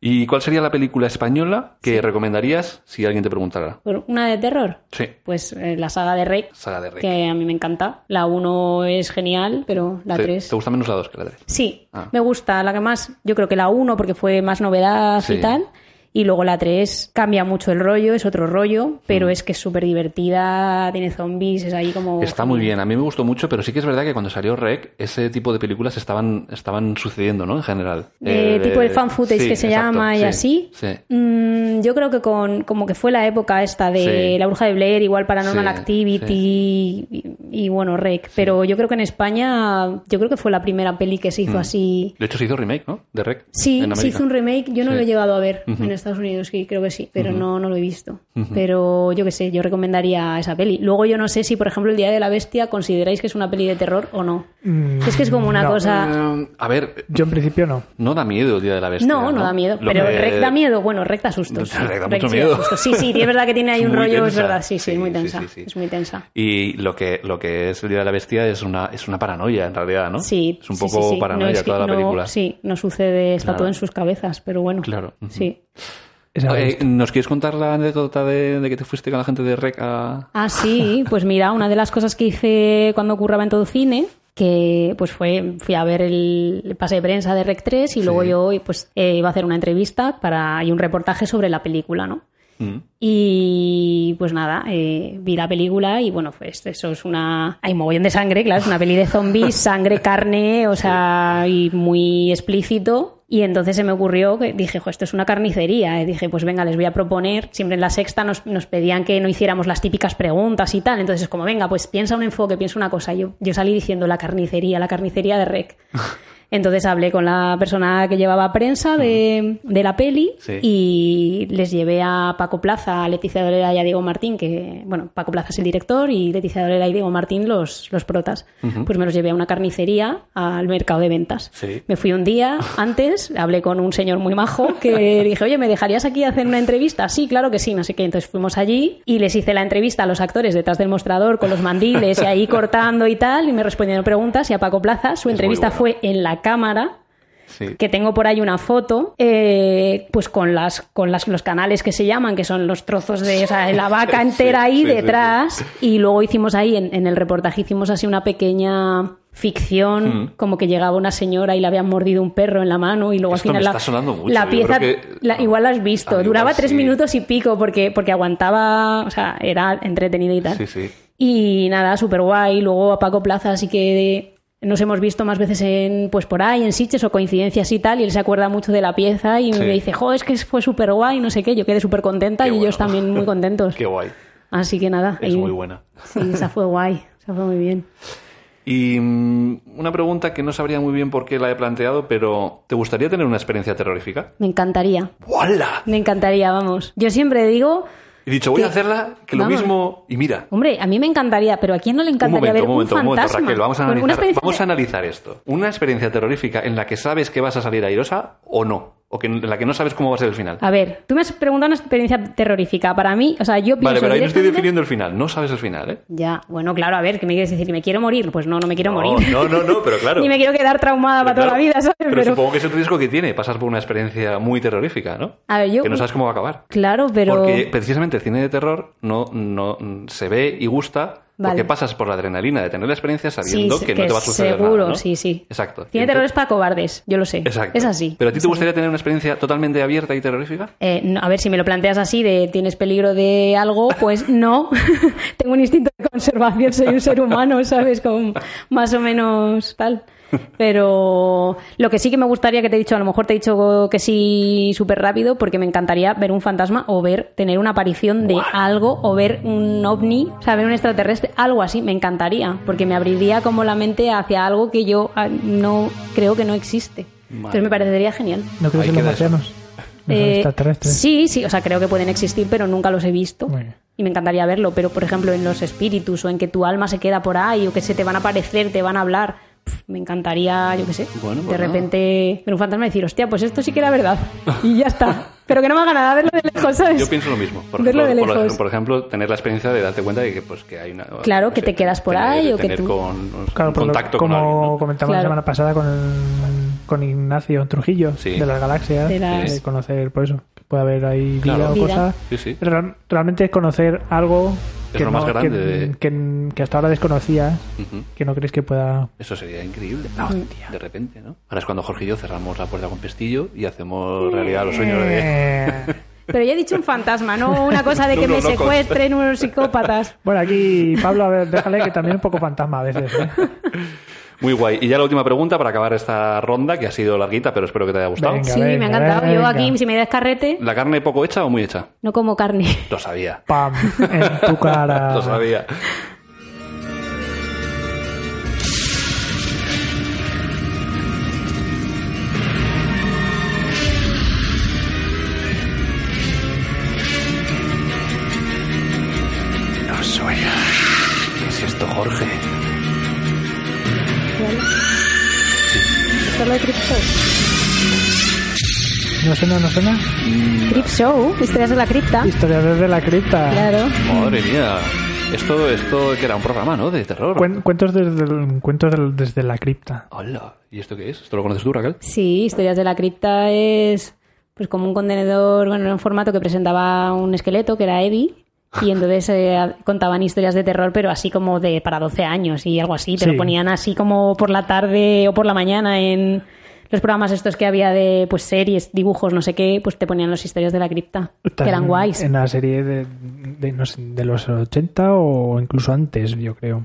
A: ¿Y cuál sería la película española que recomendarías si alguien te preguntara?
C: Pero Una de terror.
A: Sí,
C: Pues eh, la saga de Rey,
A: saga de Rey.
C: que a mí me encanta. La 1 es genial, pero la
A: ¿Te,
C: 3.
A: te gusta menos la 2 que la 3?
C: Sí,
A: Ah.
C: me gusta. La que más, yo creo que la 1 porque fue más novedad
A: Sí.
C: y tal. Y luego la 3 cambia mucho el rollo, es otro rollo,
A: Mm.
C: pero es que es súper divertida, tiene zombies, es ahí como...
A: Está muy bien, a mí me gustó mucho, pero sí que es verdad que cuando salió Rec, ese tipo de películas estaban, estaban sucediendo, ¿no? En general.
C: Eh, tipo de fan footage
A: sí,
C: que se
A: exacto,
C: llama y
A: sí,
C: así.
A: Sí.
C: Mm, yo creo que con como que fue la época esta de
A: Sí.
C: La Bruja de Blair, igual Paranormal
A: Sí,
C: Activity Y, y, bueno, Rec. Pero yo creo que en España, yo creo que fue la primera peli que se hizo así.
A: De hecho, se hizo remake, ¿no? De Rec.
C: Sí,
A: Mm. en
C: se
A: América.
C: hizo un remake. Yo no
A: Sí.
C: lo he llegado a ver
A: Ujú.
C: en Estados Unidos, sí, creo que sí, pero no, no lo he visto. Pero yo qué sé, yo recomendaría esa peli. Luego yo no sé si, por ejemplo, El Día de la Bestia consideráis que es una peli de terror o no.
B: Mm,
C: Es que es como una
B: no.
C: cosa...
A: Eh, a ver,
B: Yo en principio no.
A: no da miedo el Día de la Bestia.
C: No, no da miedo.
A: Este Lo
C: Pero
A: que-
C: Rec da miedo, bueno, Rec da sustos.
A: Rec da mucho
C: sí da
A: miedo.
C: sustos. Sí, sí, es verdad que tiene ahí
A: Es
C: un
A: muy
C: rollo, es
A: tensa.
C: verdad, sí, sí,
A: Sí,
C: muy
A: sí,
C: tensa.
A: sí, sí.
C: Es muy tensa.
A: Y lo que, lo que es el Día de la Bestia es una, es una paranoia, en realidad, ¿no?
C: Sí,
A: Es un
C: sí,
A: poco
C: sí, sí. No
A: paranoia
C: es que-
A: toda la
C: no-
A: película.
C: Sí, no sucede, está
A: Claro.
C: todo en sus cabezas, pero bueno.
A: Claro. Ujú.
C: Sí.
B: Esa
A: Eh,
B: vez.
A: ¿Nos quieres contar la anécdota de, de que te fuiste con la gente de Rec a...
C: Ah, sí, pues mira, una de las cosas que hice cuando curraba en todo cine que pues fue fui a ver el, el pase de prensa de Rec 3 y luego
A: Sí.
C: yo pues eh, iba a hacer una entrevista para y un reportaje sobre la película, ¿no?
A: Mm.
C: Y pues nada, eh, vi la película y bueno, pues eso es una... Hay mogollón de sangre, claro, es una peli de zombies, sangre, carne, o sea, y muy explícito. Y entonces se me ocurrió que dije, jo, esto es una carnicería. eh". Dije, pues venga, les voy a proponer. Siempre en la sexta nos, nos pedían que no hiciéramos las típicas preguntas y tal. Entonces es como, venga, pues piensa un enfoque, piensa una cosa. Yo, yo salí diciendo la carnicería, la carnicería de Rec. Entonces hablé con la persona que llevaba prensa de, de la peli
A: Sí.
C: y les llevé a Paco Plaza, a Leticia Dolera y a Diego Martín, que, bueno, Paco Plaza es el director y Leticia Dolera y Diego Martín los, los protas. Pues me los llevé a una carnicería al mercado de ventas.
A: Sí.
C: Me fui un día antes, hablé con un señor muy majo que dije, oye, ¿me dejarías aquí hacer una entrevista? Sí, claro que sí, no sé qué. Entonces fuimos allí y les hice la entrevista a los actores detrás del mostrador con los mandiles y ahí cortando y tal, y me respondieron preguntas y a Paco Plaza su
A: Es muy
C: entrevista
A: bueno.
C: fue en la cámara
A: Sí.
C: que tengo por ahí una foto eh, pues con las con las los canales que se llaman que son los trozos de o sea, la vaca
A: Sí,
C: entera ahí
A: sí, sí,
C: detrás y luego hicimos ahí en, en el reportaje hicimos así una pequeña ficción
A: Mm.
C: como que llegaba una señora y le habían mordido un perro en la mano y luego
A: Esto
C: al final
A: me
C: la,
A: está sonando mucho,
C: la
A: yo
C: pieza
A: creo que-
C: la- igual la has visto
A: Ah, igual
C: duraba tres
A: sí.
C: minutos y pico porque porque aguantaba o sea era entretenido y tal
A: Sí, sí.
C: y nada, súper guay. Luego a Paco Plaza, así que nos hemos visto más veces en pues por ahí, en Sitges o coincidencias y tal. Y él se acuerda mucho de la pieza y
A: Sí.
C: me dice, jo, es que fue súper guay, no sé qué. Yo quedé súper contenta
A: Qué
C: y ellos
A: bueno.
C: también muy contentos.
A: Qué guay.
C: Así que nada.
A: Es
C: y-
A: muy buena.
C: Sí, esa fue guay. Esa fue muy bien.
A: Y mm, una pregunta que no sabría muy bien por qué la he planteado, pero ¿te gustaría tener una experiencia terrorífica?
C: Me encantaría.
A: ¡Wala!
C: Me encantaría, vamos. Yo siempre digo,
A: He dicho, voy a hacerla, que lo
C: Vamos.
A: mismo... Y mira,
C: hombre, a mí me encantaría, pero ¿a quién no le
A: un
C: encantaría
A: momento,
C: ver
A: un momento,
C: un
A: un momento,
C: fantasma?
A: Raquel, vamos a,
C: Bueno,
A: analizar,
C: una experiencia-
A: vamos a analizar esto. Una experiencia terrorífica en la que sabes que vas a salir airosa o no. O que, la que no sabes cómo va a ser el final.
C: A ver, tú me has preguntado una experiencia terrorífica. Para mí, o sea, yo pienso.
A: Vale, pero ahí no estoy
C: directamente-
A: definiendo el final. No sabes el final, ¿eh?
C: Ya, bueno, claro, a ver, ¿qué me quieres decir? ¿Me quiero morir? Pues no, no me quiero
A: No,
C: morir.
A: no, no, no, pero claro.
C: Ni me quiero quedar traumada
A: Pero
C: para toda
A: claro,
C: la vida, ¿sabes?
A: Pero,
C: Pero-
A: supongo que es el riesgo que tiene. Pasas por una experiencia muy terrorífica, ¿no?
C: A ver, yo-
A: Que no sabes cómo va a acabar.
C: Claro, pero.
A: Porque precisamente el cine de terror no, no mm, se ve y gusta
C: Vale.
A: porque pasas por la adrenalina de tener la experiencia sabiendo
C: Sí, sí,
A: que, no
C: que
A: te va a suceder
C: seguro,
A: nada, ¿no?
C: sí, sí.
A: Exacto.
C: Tiene
A: Entonces-
C: terrores para cobardes, yo lo sé.
A: Exacto.
C: Es así.
A: ¿Pero a ti
C: Es
A: te
C: así.
A: gustaría tener una experiencia totalmente abierta y terrorífica?
C: Eh, no, a ver, si me lo planteas así de tienes peligro de algo, pues no. Tengo un instinto de conservación, soy un ser humano, ¿sabes? Con más o menos tal. Pero lo que sí que me gustaría que te he dicho, a lo mejor te he dicho que sí súper rápido, porque me encantaría ver un fantasma o ver, tener una aparición de algo o ver un ovni, o sea, ver un extraterrestre, algo así, me encantaría, porque me abriría como la mente hacia algo que yo ah, no creo que no existe. Entonces me parecería genial.
B: ¿No crees
A: Ahí
B: en los
A: queda eso.
B: marcianos? ¿En los
C: Eh,
B: extraterrestres?
C: Sí, sí, o sea, creo que pueden existir, pero nunca los he visto.
B: Muy bien.
C: Y me encantaría verlo, pero por ejemplo en los espíritus o en que tu alma se queda por ahí o que se te van a aparecer, te van a hablar. Pf, me encantaría, yo qué sé,
A: Bueno,
C: de
A: pues nada.
C: repente ver un fantasma y decir, hostia, pues esto sí que era verdad. Y ya está. pero que no me haga nada verlo de lejos, ¿sabes?
A: Yo pienso lo mismo. Por
C: Verlo
A: ejemplo,
C: de
A: por-
C: lejos.
A: por ejemplo, tener la experiencia de darte cuenta de que, pues, que hay una.
C: Claro, que te quedas por
A: tener-
C: ahí o que
A: tener
C: tú-
A: Con, un
B: Claro, por lo-
A: contacto
B: como
A: con alguien, ¿no?
B: comentamos la
C: Claro.
B: semana pasada con, con Ignacio Trujillo
A: Sí.
B: de las galaxias,
C: De
B: de,
C: las-
B: eh, conocer por eso, que puede haber ahí vida
A: Claro.
B: o
C: Vida.
B: cosas.
A: Sí, sí.
B: Pero real- realmente es conocer algo
A: Es lo más
B: que-
A: grande de-
B: que, que hasta ahora desconocías,
A: Ujú.
B: que no crees que pueda...
A: Eso sería increíble. De repente, ¿no? Ahora es cuando Jorge y yo cerramos la puerta con pestillo y hacemos realidad los sueños de.
B: Eh,
C: Pero ya he dicho un fantasma, no una cosa de que
A: No,
C: me
A: no, locos.
C: secuestren unos psicópatas.
B: Bueno, aquí Pablo, a ver, déjale que también es un poco fantasma a veces. ¿eh?
A: Muy guay. Y ya la última pregunta para acabar esta ronda, que ha sido larguita, pero espero que te haya gustado.
B: Venga,
C: sí, me ha encantado. Yo
B: venga.
C: aquí, si me descarrete,
A: ¿La carne poco hecha o muy hecha?
C: no como carne.
A: Lo sabía.
B: ¡Pam! En tu cara.
A: Lo sabía. No suena. ¿Qué es esto, Jorge?
C: Esto es lo de Trip Show.
B: ¿No suena, no suena?
C: Trip Show, historias de la cripta.
B: Historias desde la cripta.
C: Ah. Claro.
A: Madre mía. Esto, esto que era un programa, ¿no? De terror.
B: Cuen- cuentos desde, el- cuentos del- desde la cripta.
A: Hola. ¿Y esto qué es? ¿Esto lo conoces tú, Raquel?
C: Sí, Historias de la Cripta es pues como un contenedor, bueno, era un formato que presentaba un esqueleto que era Eddie. Y entonces eh, a- contaban historias de terror, pero así como de para 12 años y algo así. Te
B: Sí.
C: lo ponían así como por la tarde o por la mañana en los programas estos que había de pues series, dibujos, no sé qué, pues te ponían las historias de la cripta, que eran
B: Tan-
C: guays.
B: En la serie de, de, no sé, de los 80 o incluso antes, yo creo.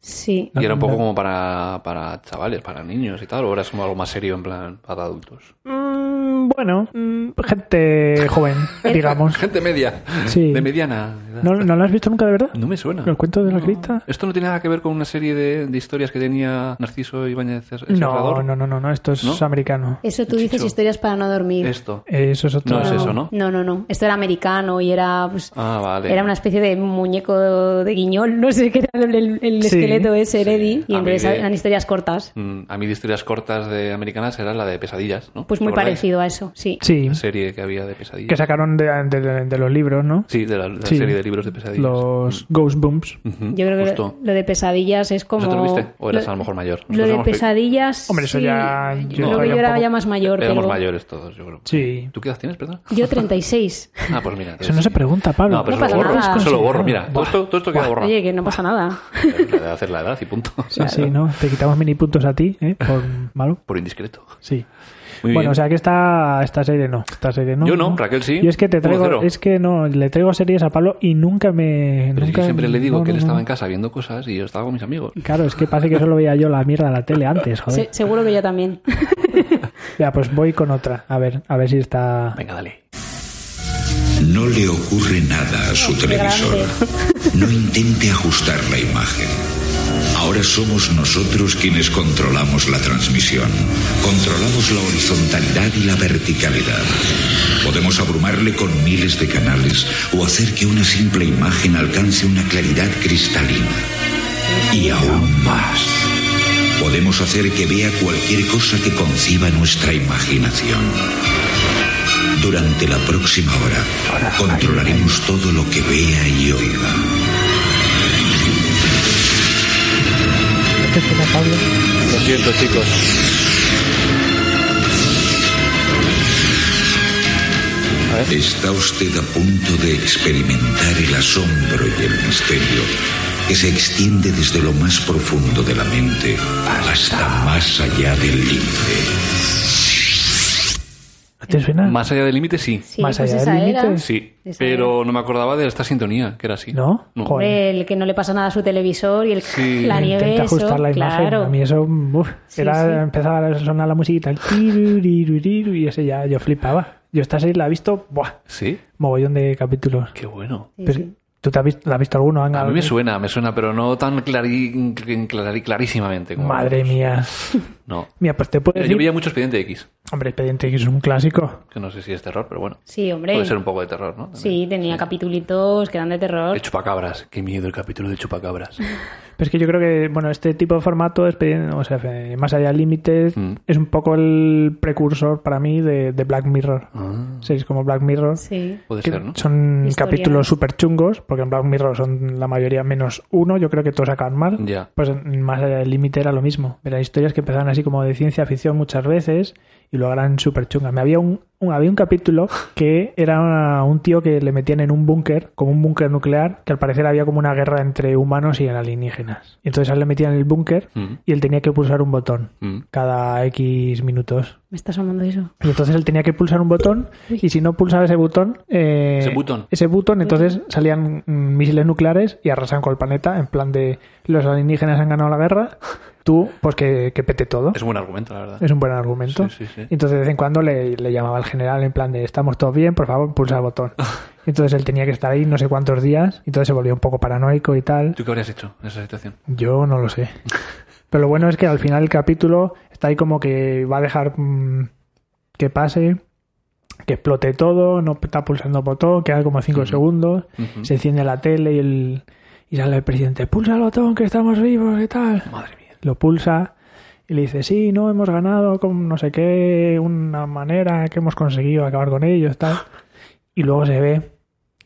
C: Sí.
A: Y era un poco
B: Ah, no.
A: como para, para chavales, para niños y tal, o ahora es como algo más serio en plan para adultos.
B: Mm, bueno, mm, gente joven, digamos.
A: Gente media,
B: Sí.
A: de mediana. edad.
B: ¿No, ¿No lo has visto nunca de verdad?
A: No me suena.
B: ¿Los cuentos de la cripta?
A: Esto no tiene nada que ver con una serie de, de historias que tenía Narciso Ibáñez Cer-
B: No,
A: Serrador.
B: no, no, no, no, esto es
A: ¿No?
B: americano.
C: Eso tú dices
A: Chicho.
C: historias para no dormir.
A: Esto.
B: Eso es otro.
A: No es eso, ¿no?
C: No, no, no. Esto era americano y era pues,
A: Ah, vale.
C: Era una especie de muñeco de guiñol, no sé qué era el, el- el
B: Sí.
C: esqueleto ese,
A: A
C: Eddie. Y
A: mí
C: entonces
A: de-
C: eran historias cortas.
A: Ah, Mm, A mí de historias cortas de americanas era la de pesadillas, ¿no?
C: Pues muy
A: ¿Os acordáis?
C: parecido a eso, sí.
B: Sí,
A: La serie que había de pesadillas.
B: que sacaron de, de- de los libros, ¿no?
A: Sí, de la, de la
B: Sí.
A: serie de libros de Mm. pesadillas.
B: Los Ghost Booms.
A: Ujú,
C: Yo creo que
A: justo.
C: lo de pesadillas es como.
A: ¿Eso te lo viste? ¿O eras
C: lo-
A: a lo mejor mayor?
C: Lo
A: Nosotros
C: de
A: éramos pe-
C: pesadillas.
B: Hombre, eso
C: sí.
B: ya-
C: Yo
B: yo era
C: creo que yo
B: un
C: era
B: poco-
C: ya más mayor.
A: Éramos
C: pero-
A: mayores todos, yo creo.
B: Sí.
A: ¿Tú qué edad tienes, perdón?
C: Yo 36.
A: Ah, pues mira.
B: Eso no se pregunta, Pablo.
A: No, pero
C: No
A: eso,
C: pasa
A: lo borro,
C: nada.
A: eso lo borro. Mira, todo
B: Buah.
A: esto, todo esto queda borrado.
C: Oye, que no pasa nada.
A: La edad es la edad y punto.
B: Sí, sí, ¿no? Te quitamos mini puntos a ti, ¿eh? Por malo.
A: Por indiscreto.
B: Sí.
A: Muy
B: bueno,
A: bien.
B: o sea que esta, esta serie no. Esta serie no.
A: Yo no, Raquel sí.
B: Y es que te traigo,
A: 1-0.
B: es que no, le traigo series a Pablo y nunca me.
A: Pero es que
B: nunca-
A: siempre le digo
B: no,
A: que él
B: no,
A: estaba
B: no.
A: en casa viendo cosas y yo estaba con mis amigos.
B: Claro, es que parece que solo veía yo la mierda de la tele antes, joder.
C: Se- seguro que yo también.
B: Ya, pues voy con otra. A ver, a ver si está.
A: Venga, dale.
E: No le ocurre nada a su
C: Qué
E: televisor. No intente ajustar la imagen. Ahora somos nosotros quienes controlamos la transmisión. Controlamos la horizontalidad y la verticalidad. Podemos abrumarle con miles de canales o hacer que una simple imagen alcance una claridad cristalina. Y aún más. Podemos hacer que vea cualquier cosa que conciba nuestra imaginación. Durante la próxima hora controlaremos todo lo que vea y oiga.
A: Lo siento, chicos.
E: Está usted a punto de experimentar el asombro y el misterio que se extiende desde lo más profundo de la mente hasta más allá del límite.
B: ¿No te suena?
A: Más allá del límite, sí.
C: Sí,
B: Más
C: pues
B: allá
C: esa
B: del
C: era.
B: límite,
A: Sí.
C: Esa
A: Pero no me acordaba de esta sintonía, que era así.
B: ¿No?
A: No.
B: Joder.
C: El que no le pasa nada a su televisor y el
A: Sí.
C: la nieve.
B: Intenta
C: eso,
B: ajustar la imagen.
C: claro.
B: A mí eso, uf,
C: Sí,
B: era,
C: sí.
B: empezaba a sonar la musiquita, el tiruriruriru, y ese ya, yo flipaba. Yo esta serie la he visto, buah,
A: Sí.
B: mogollón de capítulos.
A: Qué bueno.
C: Sí,
B: Pero,
C: sí.
B: ¿Tú te has visto, la has visto alguno? Anga?
A: A mí me suena, me suena, pero no tan clarí- clarí- clarísimamente. Como
B: Madre mía.
A: No.
B: Mira, pues te puedo
A: Mira,
B: decir...
A: Eh, yo veía mucho Expediente X,
B: Hombre, Expediente X es un clásico.
A: que no sé si es terror, pero bueno.
C: Sí, hombre.
A: Puede ser un poco de terror, ¿no?
C: Sí, tenía capitulitos que eran de terror.
A: El chupacabras. Qué miedo el capítulo del chupacabras.
B: Pero es que yo creo que, bueno, este tipo de formato, Expediente- o sea, eh, más allá de límites,
A: Mm.
B: es un poco el precursor para mí de, de Black Mirror.
A: Ah,
B: Series como Black Mirror.
C: Sí.
A: puede
B: que
A: ser, ¿no?
B: Son
C: Historia.
B: capítulos súper chungos, porque en Black Mirror son la mayoría menos uno, yo creo que todos acaban mal.
A: Ya.
B: Pues en- más allá del límite era lo mismo. Eran historias que empezaban así como de ciencia ficción muchas veces y luego eran súper chungas. Me había un, un- había un capítulo que era una- un tío que le metían en un búnker, como un búnker nuclear, que al parecer había como una guerra entre humanos y alienígenas. Y entonces a él le metían en el búnker
A: Mm,
B: y él tenía que pulsar un botón
A: mm.
B: cada X minutos.
C: Me está sonando eso.
B: Y entonces él tenía que pulsar un botón y si no pulsaba ese botón... eh,
A: Ese botón.
B: Ese botón, entonces salían mm, misiles nucleares y arrasan con el planeta en plan de los alienígenas han ganado la guerra, tú pues que, que pete todo.
A: Es un buen argumento, la verdad.
B: Es un buen argumento.
A: Sí, sí, sí.
B: Entonces de vez en cuando le, le llamaba al general en plan de estamos todos bien, por favor pulsa el botón. Entonces él tenía que estar ahí no sé cuántos días, entonces se volvió un poco paranoico y tal.
A: ¿Tú qué habrías hecho en esa situación?
B: Yo no lo sé. Pero lo bueno es que al final el capítulo está ahí como que va a dejar mm, que pase, que explote todo, no está pulsando botón, quedan como 5 segundos,
A: Ujú.
B: se enciende la tele y, el, y sale el presidente, pulsa el botón que estamos vivos, ¿qué tal?
A: Madre mía.
B: Lo pulsa y le dice, sí, no, hemos ganado con no sé qué, una manera que hemos conseguido acabar con ellos, tal. Y luego se ve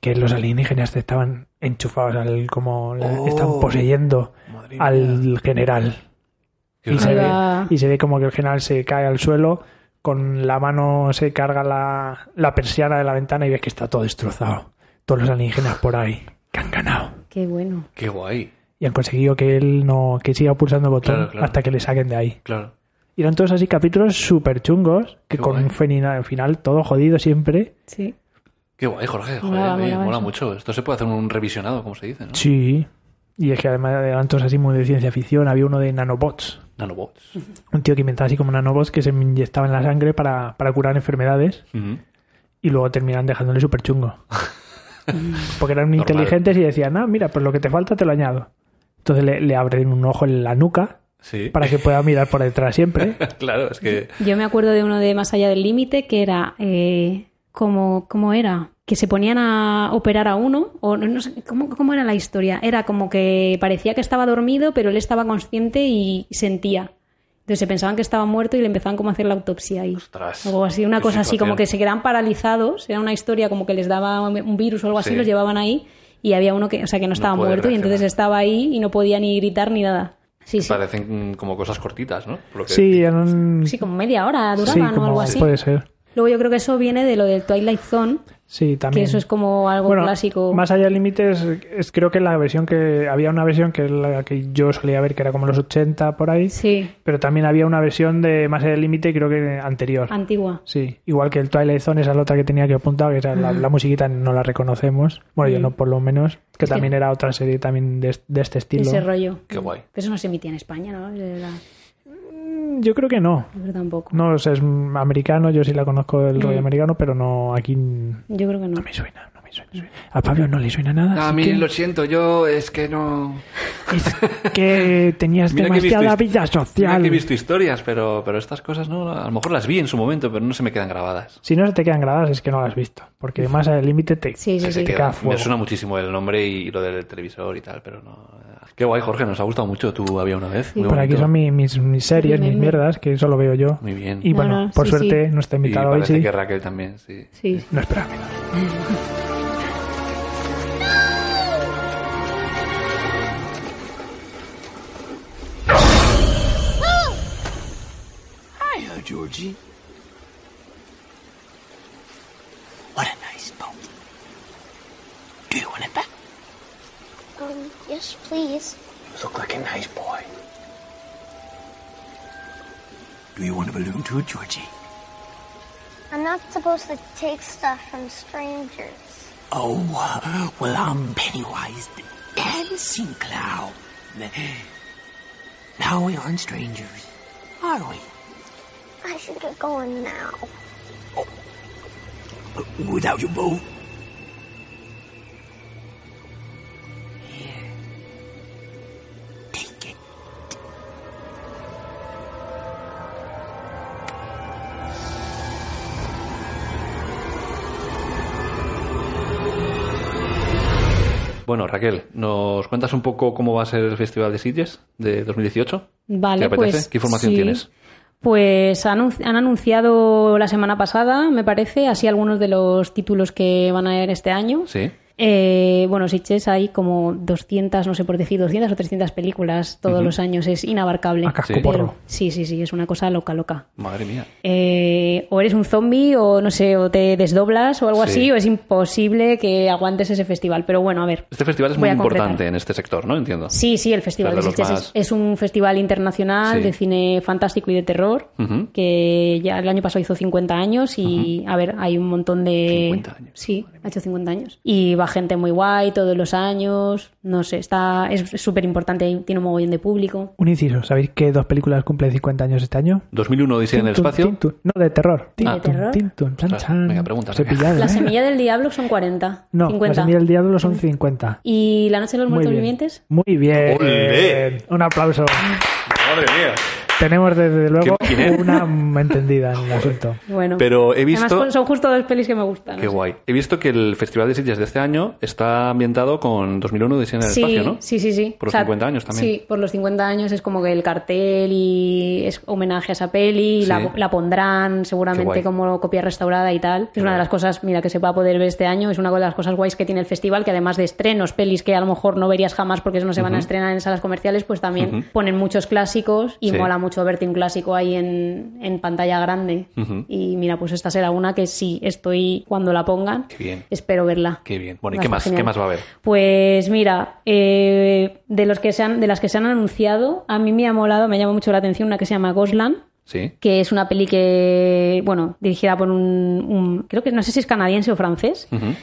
B: que los alienígenas te estaban enchufados al, como la-
A: Oh.
B: están poseyendo
A: Madre mía.
B: al general.
A: Qué
B: Y se,
C: Ahí
A: horror.
B: ve,
C: va.
B: y se ve como que el general se cae al suelo, con la mano se carga la, la persiana de la ventana y ves que está todo destrozado. Todos los alienígenas por ahí, que han ganado.
C: Qué bueno.
A: Qué guay.
B: Y han conseguido que él no que siga pulsando el botón
A: Claro, claro.
B: hasta que le saquen de ahí.
A: Claro.
B: Y eran todos así capítulos súper chungos, que
A: Qué
B: con
A: guay.
B: un fenina- final todo jodido siempre.
C: Sí.
A: Qué guay, Jorge. Joder,
C: Molaba,
A: oye,
C: molaba
A: mola
C: eso.
A: mucho. Esto se puede hacer un revisionado, como se dice, ¿no?
B: Sí. Y es que además eran todos así muy de ciencia ficción. Había uno de nanobots.
A: Nanobots.
B: Un tío que inventaba así como nanobots que se inyectaba en la sangre para, para curar enfermedades.
A: Ujú.
B: y luego terminan dejándole súper chungo. Porque eran
A: Normal.
B: inteligentes y decían, ah, mira, pues lo que te falta te lo añado. Entonces le, le abren un ojo en la nuca
A: Sí.
B: para que pueda mirar por detrás siempre.
A: claro, es que.
C: Yo me acuerdo de uno de Más allá del límite que era eh, como cómo era que se ponían a operar a uno o no, no sé ¿cómo, cómo era la historia. Era como que parecía que estaba dormido, pero él estaba consciente y sentía. Entonces se pensaban que estaba muerto y le empezaban como a hacer la autopsia y
A: Ostras.
C: o así una
A: Qué
C: cosa así como
A: situación.
C: que se quedaban paralizados, era una historia como que les daba un un virus o algo así,
A: Sí.
C: los llevaban ahí y había uno que, o sea, que no estaba
A: puede
C: muerto y entonces
A: reaccionar.
C: estaba ahí y no podía ni gritar ni nada. Sí, sí.
A: Parecen mm, como cosas cortitas, ¿no? Por lo que-
B: Sí, eran...
C: Sí, como media hora
B: sí,
C: duraban o
B: como pues
C: algo así.
B: puede ser.
C: Luego yo creo que eso viene de lo del Twilight Zone,
B: Sí,
C: que
B: también.
C: eso es como algo
B: Bueno,
C: clásico.
B: Más allá de límites, es, creo que la versión que... Había una versión que es la que yo solía ver, que era como los 80 por ahí.
C: Sí,
B: Pero también había una versión de Más allá del límite, creo que anterior.
C: antigua.
B: Sí, igual que el Twilight Zone, esa es la otra que tenía que apuntar, que esa, la, la musiquita no la reconocemos. Bueno, yo
C: Mm.
B: no, por lo menos. Que
C: Es que-
B: también era otra serie también de, de este estilo.
C: Ese rollo.
A: Qué guay.
C: Pero eso no se emitía en España, ¿no? Era-
B: Mm, Yo creo que no.
C: yo creo tampoco.
B: No, o sea, es mm, americano, yo sí la conozco el rollo
C: Mm.
B: americano, pero no, aquí mm,
C: Yo creo que no.
B: no me suena, no me suena, suena. A Pablo no le suena nada.
A: A
B: así
A: mí
B: que
A: lo siento, yo es que no.
B: Es que tenías
A: Mira que he visto
B: demasiada
A: his-
B: vida
A: mira
B: social.
A: que he visto historias, pero, pero estas cosas no. A lo mejor las vi en su momento, pero no se me quedan grabadas.
B: Si no se te quedan grabadas es que no las has visto. Porque más al límite te...
C: Sí, sí,
A: Se
C: sí.
A: te
B: queda
A: queda-
B: fuego.
A: me suena muchísimo el nombre y lo del televisor y tal, pero no. ah, Qué guay, Jorge, nos ha gustado mucho. Tú había una vez.
C: Sí,
A: muy
B: Por aquí
A: bonito.
B: son mi- mis, mis series,
C: Muy
B: mis
C: bien.
B: mierdas, que eso lo veo yo.
A: Muy bien.
B: Y
C: No,
B: bueno,
C: no,
B: por
C: sí,
B: suerte
C: sí.
B: nuestra
A: Y
B: invitada hoy
A: parece
B: sí.
A: que Raquel también, sí.
C: Sí, sí.
B: No espera menos.
F: Hiya, Georgie. What a nice boat. Do you want it back?
G: Um, yes, please.
F: You look like a nice boy. Do you want a balloon too, Georgie?
G: I'm not supposed to take stuff from strangers.
F: Oh, uh, well, I'm Pennywise the Dancing Clown. Now we aren't strangers, are we?
G: I should get going now.
F: Without your boat? Here. Take it.
A: Bueno, Raquel, ¿nos cuentas un poco cómo va a ser el Festival de Sitges de 2018? ¿Te
C: Vale,
A: apetece?
C: pues.
A: ¿Qué información
C: sí.
A: tienes?
C: Pues han, anun- han anunciado la semana pasada, me parece, así algunos de los títulos que van a ver este año.
A: Sí.
C: Eh, bueno, Sitges hay como 200, no sé por decir, 200 o 300 películas todos los años, es inabarcable.
B: A casco
A: Sí.
B: porro.
C: Sí, sí, sí, es una cosa loca, loca.
A: Madre mía.
C: Eh, o eres un zombie o no sé, o te desdoblas o algo
A: Sí.
C: así, o es imposible que aguantes ese festival. Pero bueno, a ver.
A: Este festival es muy
C: voy a concretar.
A: importante en este sector, ¿no? Entiendo.
C: Sí, sí, el Festival
A: Pero
C: de
A: de los
C: Sitges
A: más-
C: es, es un festival internacional
A: Sí.
C: de cine fantástico y de terror
A: Ujú.
C: que ya el año pasado hizo 50 años y, a ver, hay un montón de...
A: 50 años.
C: Sí, ha hecho 50 años. Y va gente muy guay todos los años, no sé, está es súper importante, tiene un mogollón de público.
B: Un inciso, ¿sabéis que dos películas cumplen 50 años este año?
A: 2001 Odisea en el
B: Tin, tun,
A: espacio.
B: tin, tun. No, de terror. Tin,
A: Ah. ¿De
B: tun,
C: terror?
B: tin, tun, chan,
A: Ostras,
B: chan.
A: venga, pregunta,
B: Os he
A: venga.
B: pillado,
C: La
B: ¿eh?
C: semilla del diablo son 40.
B: No,
C: 50.
B: la semilla del diablo son 50.
C: ¿Y la noche de los
B: Muy
C: muertos
B: bien.
C: vivientes?
B: Muy bien.
A: ¡Olé!
B: Un aplauso.
A: Madre mía.
B: Tenemos desde luego
A: maquinero.
B: una entendida en el asunto.
C: Bueno.
A: Pero he visto-
C: Además son justo dos pelis que me gustan.
A: Qué
C: o sea.
A: guay. He visto que el Festival de Sitges de este año está ambientado con 2001 Odisea en el
C: sí,
A: espacio, ¿no?
C: Sí, sí, sí.
A: Por los
C: O sea,
A: 50 años también.
C: Sí, por los 50 años es como que el cartel y es homenaje a esa peli,
A: Sí.
C: la, la pondrán
A: Qué guay.
C: seguramente como copia restaurada y tal. Es una de las cosas, mira, que se va a poder ver este año, es una de las cosas guays que tiene el festival, que además de estrenos, pelis que a lo mejor no verías jamás porque no se van a estrenar en salas comerciales, pues también ponen muchos clásicos y
A: Sí.
C: mola mucho verte un clásico ahí en, en pantalla grande.
A: Ujú.
C: Y mira, pues esta será una que sí, estoy cuando la pongan.
A: Qué bien.
C: Espero verla.
A: Qué bien. Bueno, ¿y
C: Va a
A: qué
C: estar
A: más?
C: genial.
A: ¿Qué más va a haber?
C: Pues mira, eh, de los que se han, de las que se han anunciado, a mí me ha molado, me llama mucho la atención una que se llama Gosland,
A: Sí.
C: que es una peli que, bueno, dirigida por un, un- creo que no sé si es canadiense o francés.
A: Ujú.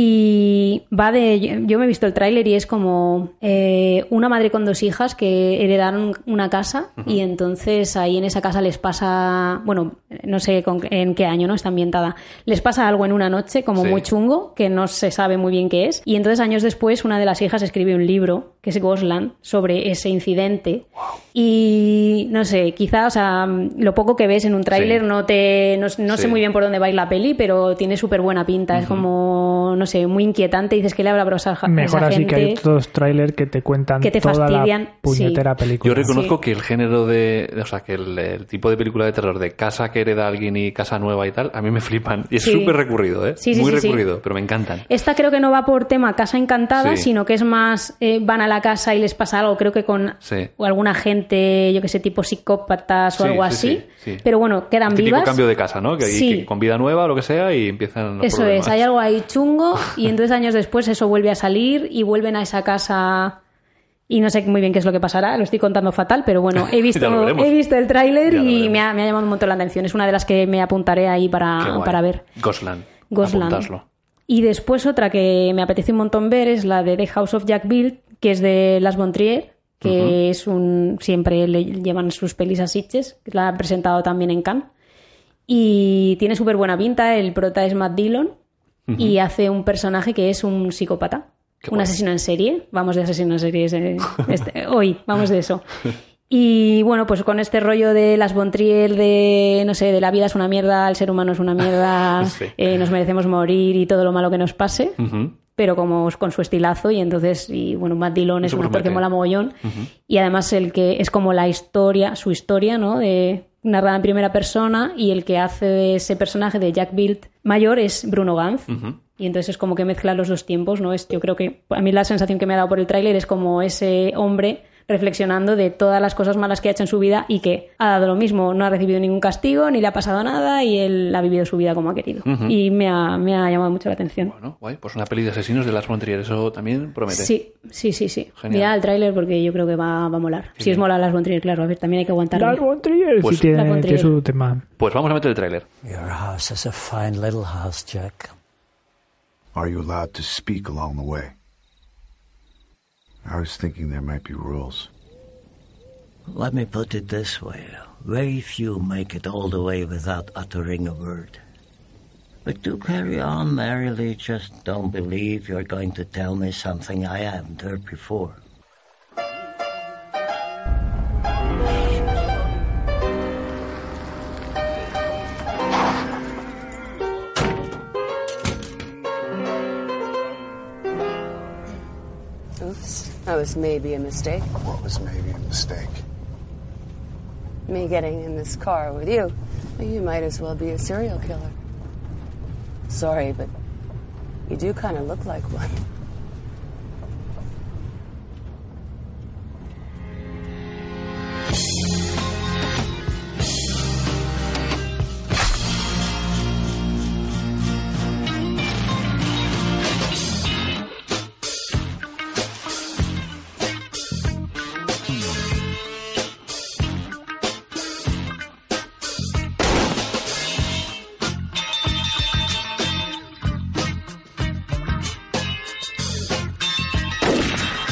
C: Y va de. Yo, yo me he visto el tráiler y es como eh, una madre con dos hijas que heredaron una casa y entonces ahí en esa casa les pasa. Bueno, no sé con- en qué año, ¿no? Está ambientada. Les pasa algo en una noche como
A: Sí.
C: muy chungo que no se sabe muy bien qué es. Y entonces años después una de las hijas escribe un libro, que es Gosland, sobre ese incidente. Y no sé, quizás o sea, lo poco que ves en un tráiler
A: Sí.
C: no te. No, no
A: Sí.
C: sé muy bien por dónde va a ir la peli, pero tiene súper buena pinta. Es como, no sé, muy inquietante. Dices que le habrá brosado a esa
B: Mejor así
C: gente.
B: que hay otros trailers que te cuentan
C: Que te
B: toda
C: fastidian,
B: la puñetera película.
A: Yo reconozco que el género de. O sea, que el, el tipo de película de terror de casa que hereda alguien y casa nueva y tal, a mí me flipan. Y es
C: Sí.
A: súper recurrido, ¿eh?
C: Sí, sí,
A: Muy
C: sí, Eh, sí.
A: recurrido, pero me encantan.
C: Esta creo que no va por tema casa encantada,
A: Sí.
C: sino que es más eh, van a la casa y les pasa algo, creo que con
A: Sí.
C: o alguna gente, yo que sé, tipo psicópatas o
A: Sí,
C: algo
A: sí,
C: así.
A: sí, sí.
C: Pero bueno, quedan
A: El típico
C: vivas.
A: Este cambio de casa, ¿no? Que,
C: Sí.
A: que con vida nueva o lo que sea y empiezan los
C: Eso
A: problemas.
C: es, hay algo ahí chungo y entonces años después eso vuelve a salir y vuelven a esa casa y no sé muy bien qué es lo que pasará, lo estoy contando fatal, pero bueno, he
A: Ya lo
C: visto,
A: veremos.
C: he visto el tráiler
A: Ya lo
C: y
A: veremos.
C: me ha, me ha llamado un montón la atención, es una de las que me apuntaré ahí
A: Qué
C: para,
A: guay.
C: para ver.
A: Gosland.
C: Gosland.
A: Apuntadlo.
C: Y después otra que me apetece un montón ver es la de The House of Jack Bill, que es de Las Bontrier, que es un. Siempre le llevan sus pelis a Sitches, que la han presentado también en Cannes. Y tiene súper buena pinta, el prota es Matt Dillon. y hace un personaje que es un psicópata,
A: Qué
C: un
A: guay.
C: asesino en serie. Vamos de asesino en serie hoy, vamos de eso. Y bueno, pues con este rollo de las Bontriel, de no sé, de la vida es una mierda, el ser humano es una mierda,
A: Sí.
C: eh, nos merecemos morir y todo lo malo que nos pase
A: Ujú.
C: pero como con su estilazo y entonces y bueno Matt Dillon es
A: Eso
C: un actor
A: promete.
C: que mola mogollón y además el que es como la historia su historia no de narrada en primera persona y el que hace de ese personaje de Jack Bilt mayor es Bruno Ganz
A: Ujú.
C: y entonces es como que mezcla los dos tiempos no es yo creo que a mí la sensación que me ha dado por el tráiler es como ese hombre reflexionando de todas las cosas malas que ha hecho en su vida y que ha dado lo mismo, no ha recibido ningún castigo, ni le ha pasado nada y él ha vivido su vida como ha querido. Y me ha, me ha llamado mucho la atención.
A: Bueno, guay. Pues una peli de asesinos de las Trier, eso también promete.
C: Sí, sí, sí, sí.
A: Genial.
C: Mira el tráiler porque yo creo que va, va a molar. si os
A: bien.
C: mola Las Von Trier, claro. A ver, también hay que aguantar.
B: Lars von Trier,
A: Pues-
B: sí, tiene,
C: Lars von
B: tiene
C: Trier.
B: su tema.
A: Pues vamos a meter el tráiler.
H: Your house is a fine little house, Jack.
I: Are you allowed to speak along the way? I was thinking there might be rules.
H: Let me put it this way. Very few make it all the way without uttering a word. But do carry on merrily. Just don't believe you're going to tell me something I haven't heard before.
J: Oops, that was maybe a mistake.
I: What was maybe a mistake?
J: Me getting in this car with you. You might as well be a serial killer. Sorry, but you do kind of look like one.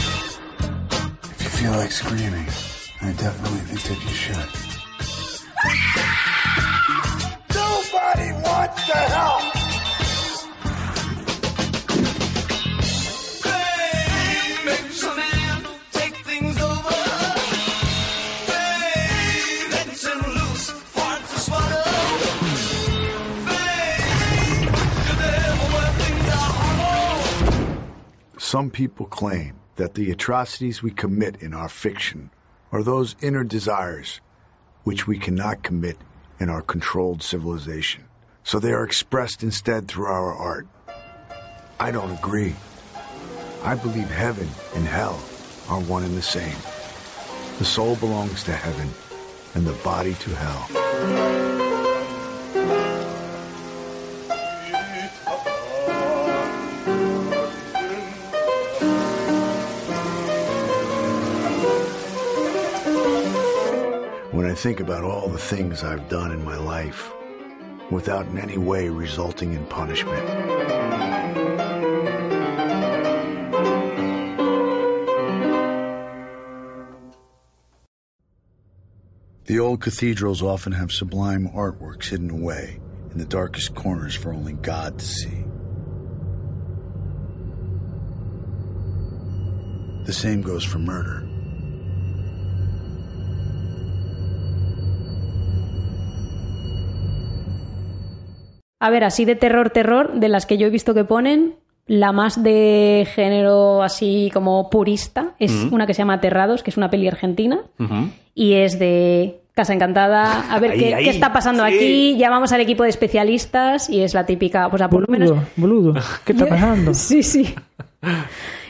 I: If you feel like screaming, I definitely think that you should. Nobody wants to help! Some people claim that the atrocities we commit in our fiction are those inner desires which we cannot commit in our controlled civilization. So they are expressed instead through our art. I don't agree. I believe heaven and hell are one and the same. The soul belongs to heaven and the body to hell. When I think about all the things I've done in my life without in any way resulting in punishment, The old cathedrals often have sublime artworks hidden away in the darkest corners for only God to see. The same goes for murder.
C: A ver, así de terror, terror, de las que yo he visto que ponen, la más de género así como purista es
A: Mm.
C: una que se llama Aterrados, que es una peli argentina.
A: Ujú.
C: y es de Casa Encantada. A
A: Mm.
C: ver
A: Ahí,
C: qué,
A: ahí.
C: qué está pasando
A: Sí.
C: aquí. Llamamos al equipo de especialistas y es la típica, pues a por lo menos.
B: Boludo, boludo, ¿qué está pasando?
C: Sí, sí.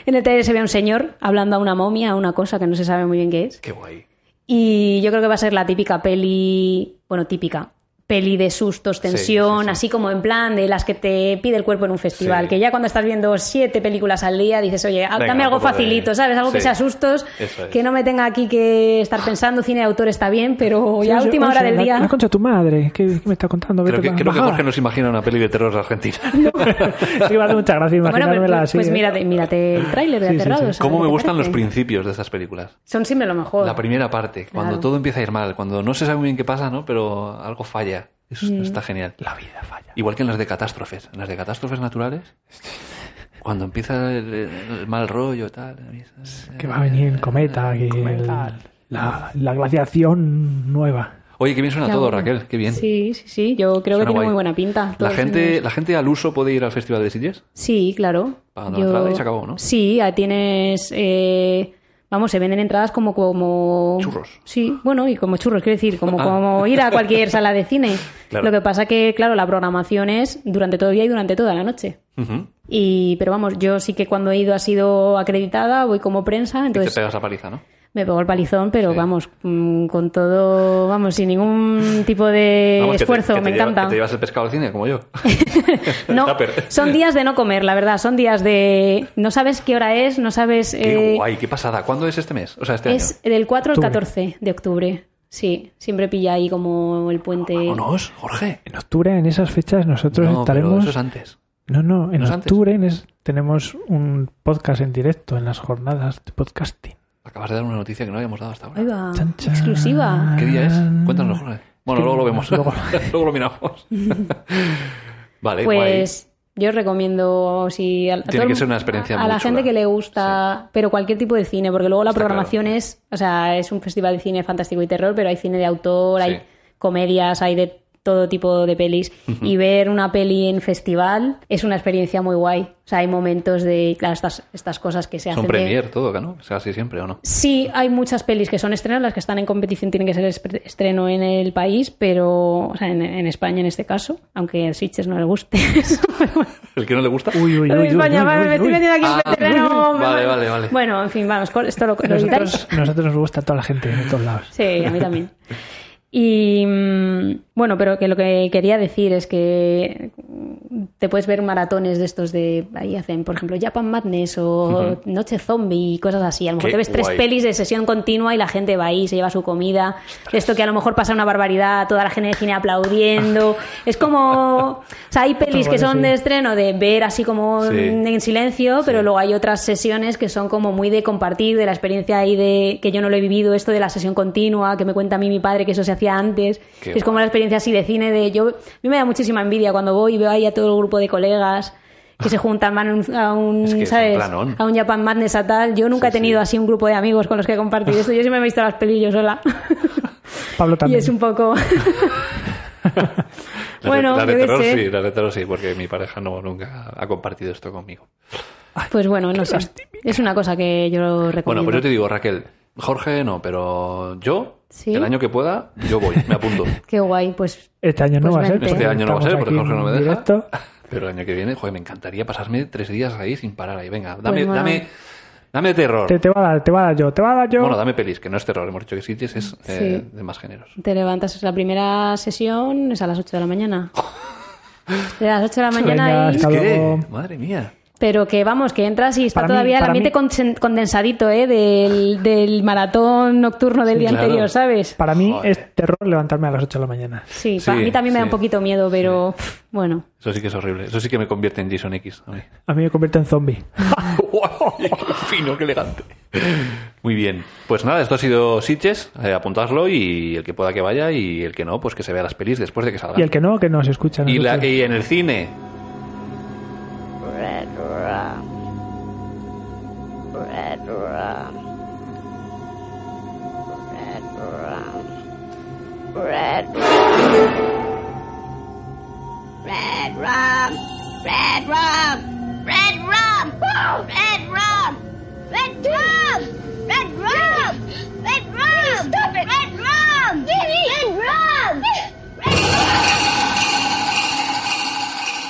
C: En el trailer se ve a un señor hablando a una momia, a una cosa que no se sabe muy bien qué es.
A: Qué guay.
C: Y yo creo que va a ser la típica peli, bueno, típica, peli de sustos, tensión,
A: sí, sí.
C: así como en plan de las que te pide el cuerpo en un festival,
A: Sí.
C: que ya cuando estás viendo siete películas al día dices, oye, ah,
A: Venga,
C: dame
A: un
C: algo
A: poco de-
C: facilito, ¿sabes? Algo que
A: Sí.
C: sea sustos,
A: Eso es.
C: que no me tenga aquí que estar pensando, cine de autor está bien, pero ya a
B: Oye,
C: última
B: oye,
C: hora del
B: la-
C: día...
B: La concha de tu madre, ¿qué, qué me está contando?
A: Creo
B: Vete
A: que,
B: pa-
A: creo que
B: bajada.
A: Jorge nos imagina una peli de terror argentina.
B: Sí, me hace mucha gracia
C: Bueno, pero
B: imaginármela
C: tú-
B: así.
C: pues
B: ¿eh?
C: mírate, mírate el tráiler de
B: Sí, sí, sí.
C: Aterrados. a ver
A: ¿Cómo
C: qué
A: me
C: te
A: gustan los
C: parece.
A: principios de estas películas?
C: Son siempre lo mejor.
A: La primera parte, cuando
C: Claro.
A: todo empieza a ir mal, cuando no se sabe muy bien qué pasa, ¿no? Pero algo falla. Eso
C: Mm.
A: está genial. La vida falla. Igual que en las de catástrofes. En las de catástrofes naturales, cuando empieza el, el mal rollo, tal.
B: Que va a venir el cometa, que el- la, la glaciación nueva.
A: Oye, qué bien suena
C: Qué
A: todo,
C: bueno.
A: Raquel. Qué bien.
C: Sí, sí, sí. Yo creo
A: Suena
C: que tiene
A: guay.
C: muy buena pinta.
A: La
C: Todos
A: gente,
C: tienen-
A: la gente al uso puede ir al Festival de Sitges.
C: Sí, claro.
A: Pagando la entrada y se acabó, ¿no?
C: Sí, ah, tienes... eh, Vamos, se venden entradas como, como...
A: Churros.
C: Sí, bueno, y como churros, quiero decir, como,
A: Ah.
C: como ir a cualquier sala de cine.
A: Claro.
C: Lo que pasa que, claro, la programación es durante todo el día y durante toda la noche.
A: Ujú.
C: Y, pero vamos, yo sí que cuando he ido ha sido acreditada, voy como prensa,
A: Y te
C: entonces
A: pegas la paliza, ¿no?
C: me pego el palizón, pero
A: Sí.
C: vamos, mm, con todo, vamos, sin ningún tipo de
A: Vamos, que te-
C: eh, esfuerzo,
A: que te
C: me
A: lleva-
C: encanta.
A: que te llevas el pescado al cine, como yo.
C: No,
A: Tupper.
C: son días de no comer, la verdad, son días de no sabes qué hora es, no sabes...
A: Qué
C: eh,
A: guay, qué pasada. ¿Cuándo es este mes? O sea, este
C: es del 4 al
B: Octubre.
C: 14 de octubre, sí, siempre pilla ahí como el puente...
A: año. Vámonos, Jorge.
B: En octubre, en esas fechas, nosotros
A: No, pero
B: estaremos.
A: eso es antes.
B: No, no, en
A: ¿No es antes?
B: octubre en es- tenemos un podcast en directo en las jornadas de podcasting.
A: Acabas de dar una noticia que no habíamos dado hasta ahora.
C: Ahí va,
B: Chan, chan.
C: exclusiva.
A: ¿Qué día es? Cuéntanos, Jorge. Bueno,
B: que
A: luego lo
B: no-
A: vemos. Luego,
B: luego-
A: lo miramos. vale, guay.
C: Pues yo os recomiendo si a, a
A: Tiene
C: todo
A: que
C: el-
A: ser una experiencia
C: a,
A: muy
C: a la gente
A: chula.
C: que le gusta, pero cualquier tipo de cine, porque luego la
A: Está
C: programación
A: claro.
C: es, o sea, es un festival de cine fantástico y terror, pero hay cine de autor,
A: Sí.
C: hay comedias, hay de todo tipo de pelis y ver una peli en festival es una experiencia muy guay. O sea, hay momentos de claro, estas estas cosas que se
A: Son
C: hacen de-
A: premier todo, ¿no? Es así siempre, ¿o no?
C: Sí, hay muchas pelis que son estrenos, las que están en competición tienen que ser espre- estreno en el país, pero, o sea, en, en España en este caso, aunque a Sitches no le guste eso, pero bueno.
A: ¿El que no le gusta?
B: Uy, uy, uy,
C: Lo de
B: uy,
C: España,
B: uy,
C: vale,
B: uy,
C: me estoy
B: uy.
C: metiendo aquí en
A: Ah,
C: terreno, me
A: vale,
C: va-
A: vale, vale.
C: Bueno, en fin, vamos, con- esto lo, lo editáis.
B: Nosotros, nosotros nos gusta toda la gente de todos lados.
C: Sí, a mí también. Y mm, bueno, pero que lo que quería decir es que mm, te puedes ver maratones de estos de ahí hacen, por ejemplo, Japan Madness o Noche Zombie y cosas así. A lo mejor
A: Qué
C: te ves tres
A: guay.
C: pelis de sesión continua y la gente va ahí, se lleva su comida. De esto que a lo mejor pasa una barbaridad, toda la gente de cine aplaudiendo. es como, o sea, hay pelis
B: Está
C: que
B: bueno,
C: son
B: sí.
C: de estreno de ver así como
A: Sí.
C: mm, en silencio, pero luego hay otras sesiones que son como muy de compartir, de la experiencia ahí de que yo no lo he vivido, esto de la sesión continua, que me cuenta a mí mi padre que eso se hacía antes.
A: Qué
C: es como
A: guay.
C: la experiencia así de cine de yo. A mí me da muchísima envidia cuando voy y veo ahí a todo el grupo de colegas que se juntan, van a un- a un,
A: Es que es un
C: ¿sabes?
A: planón.
C: A un Japan Madness a tal. Yo nunca he tenido así un grupo de amigos con los que compartir esto. Yo siempre me he visto las pelis yo sola.
B: Pablo
C: y
B: también.
C: es un poco.
A: Las de-
C: bueno,
A: las de,
C: yo qué
A: terror
C: sé.
A: sí, las de terror sí, porque mi pareja no nunca ha compartido esto conmigo.
C: Pues bueno, no sé. Es una cosa que yo
A: Bueno,
C: recomiendo.
A: pues yo te digo, Raquel, Jorge no, pero yo,
C: ¿Sí?
A: el año que pueda, yo voy, me apunto.
C: Qué guay, pues
B: Este año no
C: Pues
B: va a ser.
C: vente.
B: porque
A: Este año no va a ser,
B: estamos
A: porque
B: aquí
A: Jorge no me
B: en
A: deja.
B: directo.
A: Pero el año que viene, joder, me encantaría pasarme tres días ahí sin parar ahí. Venga, dame,
C: Pues mola.
A: dame, dame terror.
B: Te, te va a dar, te va a dar yo, te va a dar yo.
A: Bueno, dame pelis, que no es terror, hemos dicho que Sitges es eh, de más géneros.
C: te levantas. La primera sesión es a las 8 de la mañana. De las 8 de la mañana
B: Venga,
C: ahí.
B: hasta
A: ¿Qué?
B: luego.
A: Madre mía.
C: Pero que vamos, que entras y está
B: Para mí-
C: todavía el
B: para
C: ambiente
B: mí-
C: consen- condensadito ¿eh? del, del maratón nocturno del día
A: claro.
C: anterior, ¿sabes?
B: Para mí
A: Joder.
B: es terror levantarme a las 8 de la mañana.
C: Sí,
A: Sí,
C: para mí también me da
A: sí.
C: un poquito miedo, pero pff, bueno.
A: Eso sí que es horrible. Eso sí que me convierte en Jason X. a mí.
B: A mí me convierto en zombie.
A: ¡Guau! ¡Qué fino, qué elegante! Muy bien. Pues nada, esto ha sido Sitges. Eh, apuntadlo y el que pueda que vaya y el que no, pues que se vea las pelis después de que salgan.
B: Y el que no, que nos escucha. a
A: Y la-
B: nosotros.
A: y en el cine.
G: Red rum! Red rum! Red rum! Red rum! Red rum! Red rum! Red rum! Stop it! Red rum! Red rum!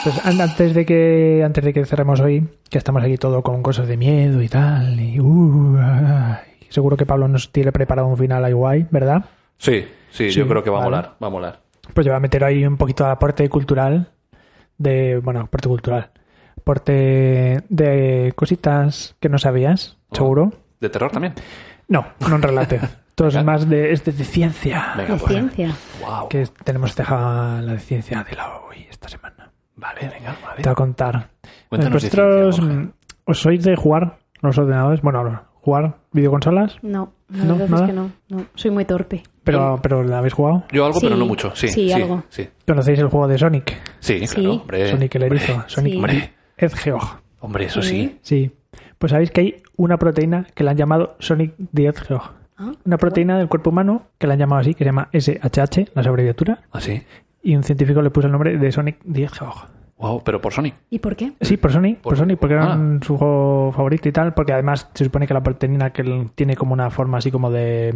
B: Pues an- antes de que antes de que cerremos hoy, que estamos aquí todo con cosas de miedo y tal, y uh, ay, seguro que Pablo nos tiene preparado un final ahí guay, ¿verdad?
A: Sí, sí, yo
B: Sí,
A: creo que va a
B: vale.
A: molar. Va a molar.
B: Pues yo voy a meter ahí un poquito de aporte cultural, de bueno, aporte cultural, aporte de cositas que no sabías,
A: Oh.
B: seguro.
A: ¿De terror también?
B: No, no en relate. Todo es más de, es de, de ciencia.
A: Venga,
C: De
A: pues.
C: ciencia.
A: Wow.
B: Que tenemos deja la de ciencia de la hoy esta semana.
A: Vale, venga, vale.
B: Te voy a contar.
A: Cuéntanos de
B: Vosotros
A: ciencia, Borja.
B: mm, os sois de jugar a los ordenadores, bueno, a los- jugar videoconsolas,
C: No. La
B: No,
C: verdad
B: nada.
C: es que no, no. Soy muy torpe.
B: Pero, pero la habéis jugado.
A: Yo algo, pero
C: Sí.
A: no mucho. Sí,
C: Sí,
A: sí,
C: algo.
A: sí.
B: ¿Conocéis el juego de Sonic?
A: Sí,
C: Sí.
A: claro, hombre.
B: Sonic el
A: Eh, hombre,
B: erizo. Sonic
C: Sí.
A: Hombre,
B: Hedgehog.
A: hombre, eso sí.
B: Sí. Pues sabéis que hay una proteína que la han llamado Sonic the Hedgehog.
C: Ah,
B: Una proteína del cuerpo humano que la han llamado así, que se llama SHH, la abreviatura.
A: Así.
B: Y un científico le puso el nombre de Sonic the Hedgehog.
A: Wow, pero por Sonic.
C: ¿Y por qué?
B: Sí, por Sony, por,
A: Por-
B: Sony, porque era
A: ah.
B: un- su juego favorito y tal, porque además se supone que la proteína que él tiene como una forma así como de,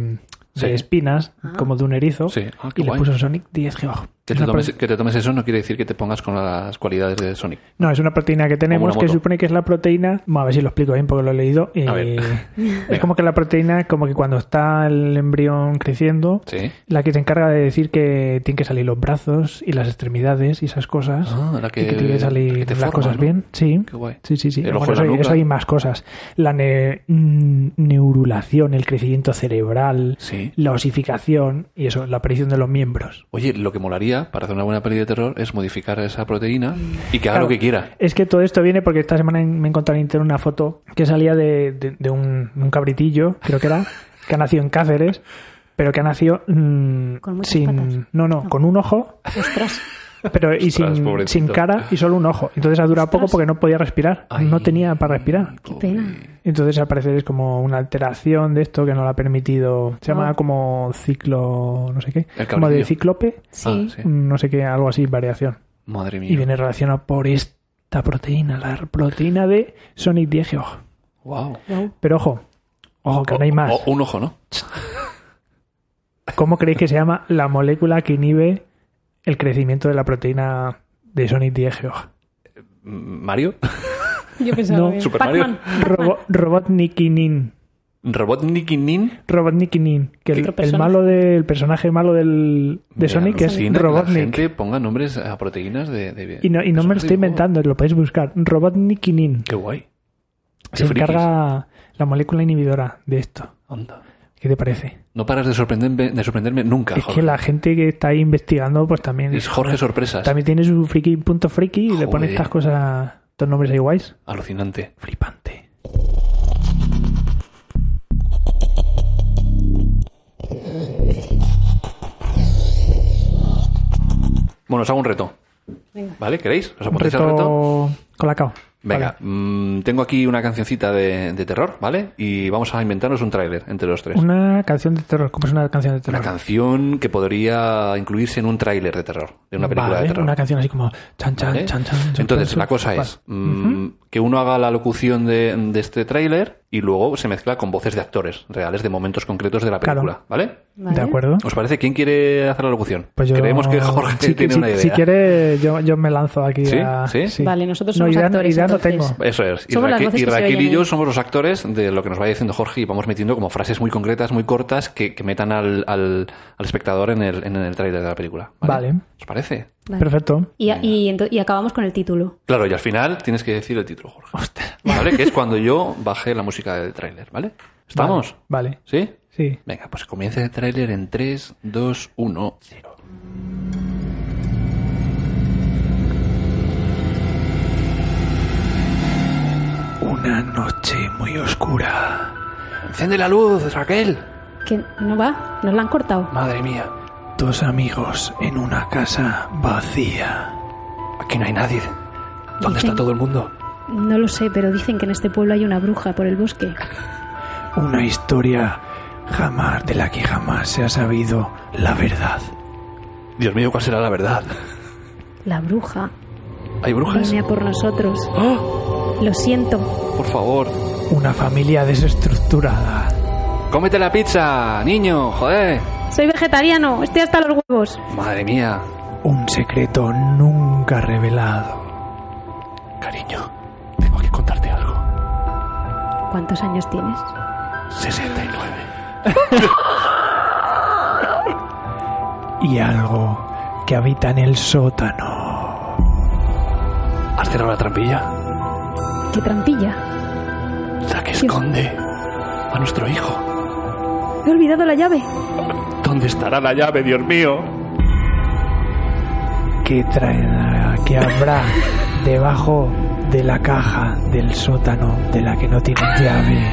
A: Sí.
B: de espinas, como de un erizo,
A: Sí, ah, qué
B: y le
A: guay.
B: puso Sonic 10 Geog.
A: Que
B: Es
A: te,
B: una
A: tomes,
B: pro-
A: que te tomes eso no quiere decir que te pongas con las cualidades de Sonic.
B: No, es una proteína que tenemos
A: una
B: que
A: moto.
B: supone que es la proteína, bueno, a ver si lo explico bien porque lo he leído, y
A: A ver.
B: es como que la proteína, como que cuando está el embrión creciendo,
A: Sí.
B: la que se encarga de decir que tienen que salir los brazos y las extremidades y esas cosas.
A: Ah, la que-
B: y que tienen que salir
A: la que te
B: las
A: forma,
B: cosas
A: ¿no?
B: bien. Sí.
A: Qué guay.
B: Sí, sí, sí.
A: El
B: Bueno,
A: ojo en la
B: eso, hay-
A: nuca.
B: eso hay más cosas. La ne- mm, neurulación, el crecimiento cerebral,
A: Sí.
B: la osificación y eso, la aparición de los miembros.
A: Oye, lo que molaría para hacer una buena peli de terror es modificar esa proteína y que haga
B: Claro.
A: lo que quiera.
B: Es que todo esto viene porque esta semana en- me encontré en internet una foto que salía de, de- de un, un cabritillo, creo que era, que ha nacido en Cáceres, pero que ha nacido mm,
C: Con muchas
B: sin.
C: patas.
B: No, no, con un ojo,
C: Ostras.
B: pero y
A: Ostras,
B: sin,
A: pobrecito.
B: sin cara y solo un ojo. Entonces ha durado poco porque no podía respirar.
A: Ay.
B: No tenía para respirar.
C: Qué
A: ah,
C: pena.
B: Entonces al parecer es como una alteración de esto que no le ha permitido. Se llama
C: Ah.
B: como ciclo, no sé qué.
A: El
B: Como de
A: cabretillo.
B: cíclope,
C: Sí.
A: Ah, sí.
B: no sé qué, algo así, variación.
A: Madre mía.
B: Mm. Y viene relacionado por esta proteína, la proteína de Sonic 10 ojo.
A: Wow.
C: Guau.
B: Pero ojo, ojo, que no hay más.
A: un ojo, ¿no? oh.
B: ¿Cómo creéis que se llama la molécula que inhibe el crecimiento de la proteína de Sonic 10 ojo?
A: Mario.
C: Yo pensaba
B: No.
C: bien.
A: Super
C: Pac-Man.
B: Robo, Robotnikinin.
A: Robotnikinin.
B: Robotnikinin. Que el,
C: Otro
B: el
C: personaje.
B: malo del personaje malo del, de Sonic es
A: Que la
B: Robotnik.
A: gente ponga nombres a proteínas de... de
B: Y no, y no
A: personajes
B: me lo estoy
A: de juego.
B: inventando, lo podéis buscar. Robotnikinin.
A: Qué guay. Qué
B: Se
A: frikis.
B: encarga la molécula inhibidora de esto.
A: Anda.
B: ¿Qué te parece?
A: No paras de sorprenderme, de sorprenderme nunca,
B: Es
A: Jorge.
B: que la gente que está ahí investigando, pues también,
A: Es Jorge Sorpresas.
B: también tiene su friki punto friki y le pone
A: Joder.
B: estas cosas, estos nombres ahí guays.
A: Alucinante.
B: Flipante.
A: Bueno, os hago un reto. ¿Vale? ¿Queréis? ¿Os
B: Un
A: apuntáis al reto?
B: reto colacao.
A: Venga,
B: Vale.
A: mm, tengo aquí una cancioncita de, de terror, ¿vale? Y vamos a inventarnos un tráiler entre los tres.
B: Una canción de terror. ¿Cómo es una canción de terror?
A: pues. Una canción que podría incluirse en un tráiler de terror, de una película
B: Vale,
A: de terror.
B: Una canción así como chan chan
A: ¿vale?
B: chan chan. chan,
A: Entonces,
B: chan,
A: la cosa
B: chan.
A: es mm, que uno haga la locución de, de este tráiler y luego se mezcla con voces de actores reales de momentos concretos de la
B: Claro.
A: película, ¿vale?
B: Vale. ¿De acuerdo?
A: ¿Os parece? ¿Quién quiere hacer la locución?
B: Pues yo-
A: Creemos que Jorge
B: si,
A: tiene
B: si-
A: una idea.
B: Si quiere, yo, yo me lanzo aquí
A: ¿Sí?
B: a...
A: ¿Sí?
C: Vale, nosotros
B: no,
C: somos
B: idea-
C: actores,
B: idea no
C: entonces.
B: tengo.
A: Eso es. Y,
C: Somos las
A: Raquel-
C: voces
A: y
C: que se
A: Raquel
C: oyen
A: y yo
C: ahí.
A: somos los actores de lo que nos vaya diciendo Jorge y vamos metiendo como frases muy concretas, muy cortas, que, que metan al, al, al espectador en el, en el tráiler de la película. ¿vale?
B: Vale.
A: ¿Os parece?
C: Vale.
B: Perfecto.
C: Y, y ento- y acabamos con el título.
A: Claro, y al final tienes que decir el título, Jorge. ¿Vale? que es cuando yo bajé la música del tráiler, ¿vale? ¿Estamos?
B: Vale.
A: ¿Sí?
B: Sí.
A: Venga, pues comienza el tráiler en 3, 2, 1, 0.
B: Una noche muy oscura.
A: ¡Enciende la luz, Raquel!
C: Que no va, nos la han cortado.
A: Madre mía,
B: Dos amigos en una casa vacía.
A: aquí no hay nadie. ¿Dónde está todo el mundo?
C: No lo sé, pero dicen que en este pueblo hay una bruja por el bosque.
B: Una historia jamás de la que jamás se ha sabido la verdad.
A: Dios mío, ¿cuál será la verdad?
C: La bruja
A: ¿Hay brujas?
C: viene a por nosotros.
A: ¡Ah!
C: Lo siento.
A: Por favor,
B: Una familia desestructurada.
A: cómete la pizza, niño, joder.
C: Soy vegetariano, estoy hasta los huevos.
A: Madre mía,
B: Un secreto nunca revelado.
A: cariño, tengo que contarte algo.
C: ¿Cuántos años tienes?
A: 69.
B: Y algo que habita en el sótano.
A: ¿Has cerrado la trampilla?
C: ¿Qué trampilla?
A: La que esconde a nuestro hijo.
C: He olvidado la llave.
A: ¿Dónde estará la llave, Dios mío?
B: ¿Qué traerá? ¿Qué habrá debajo de la caja del sótano de la que no tiene llave?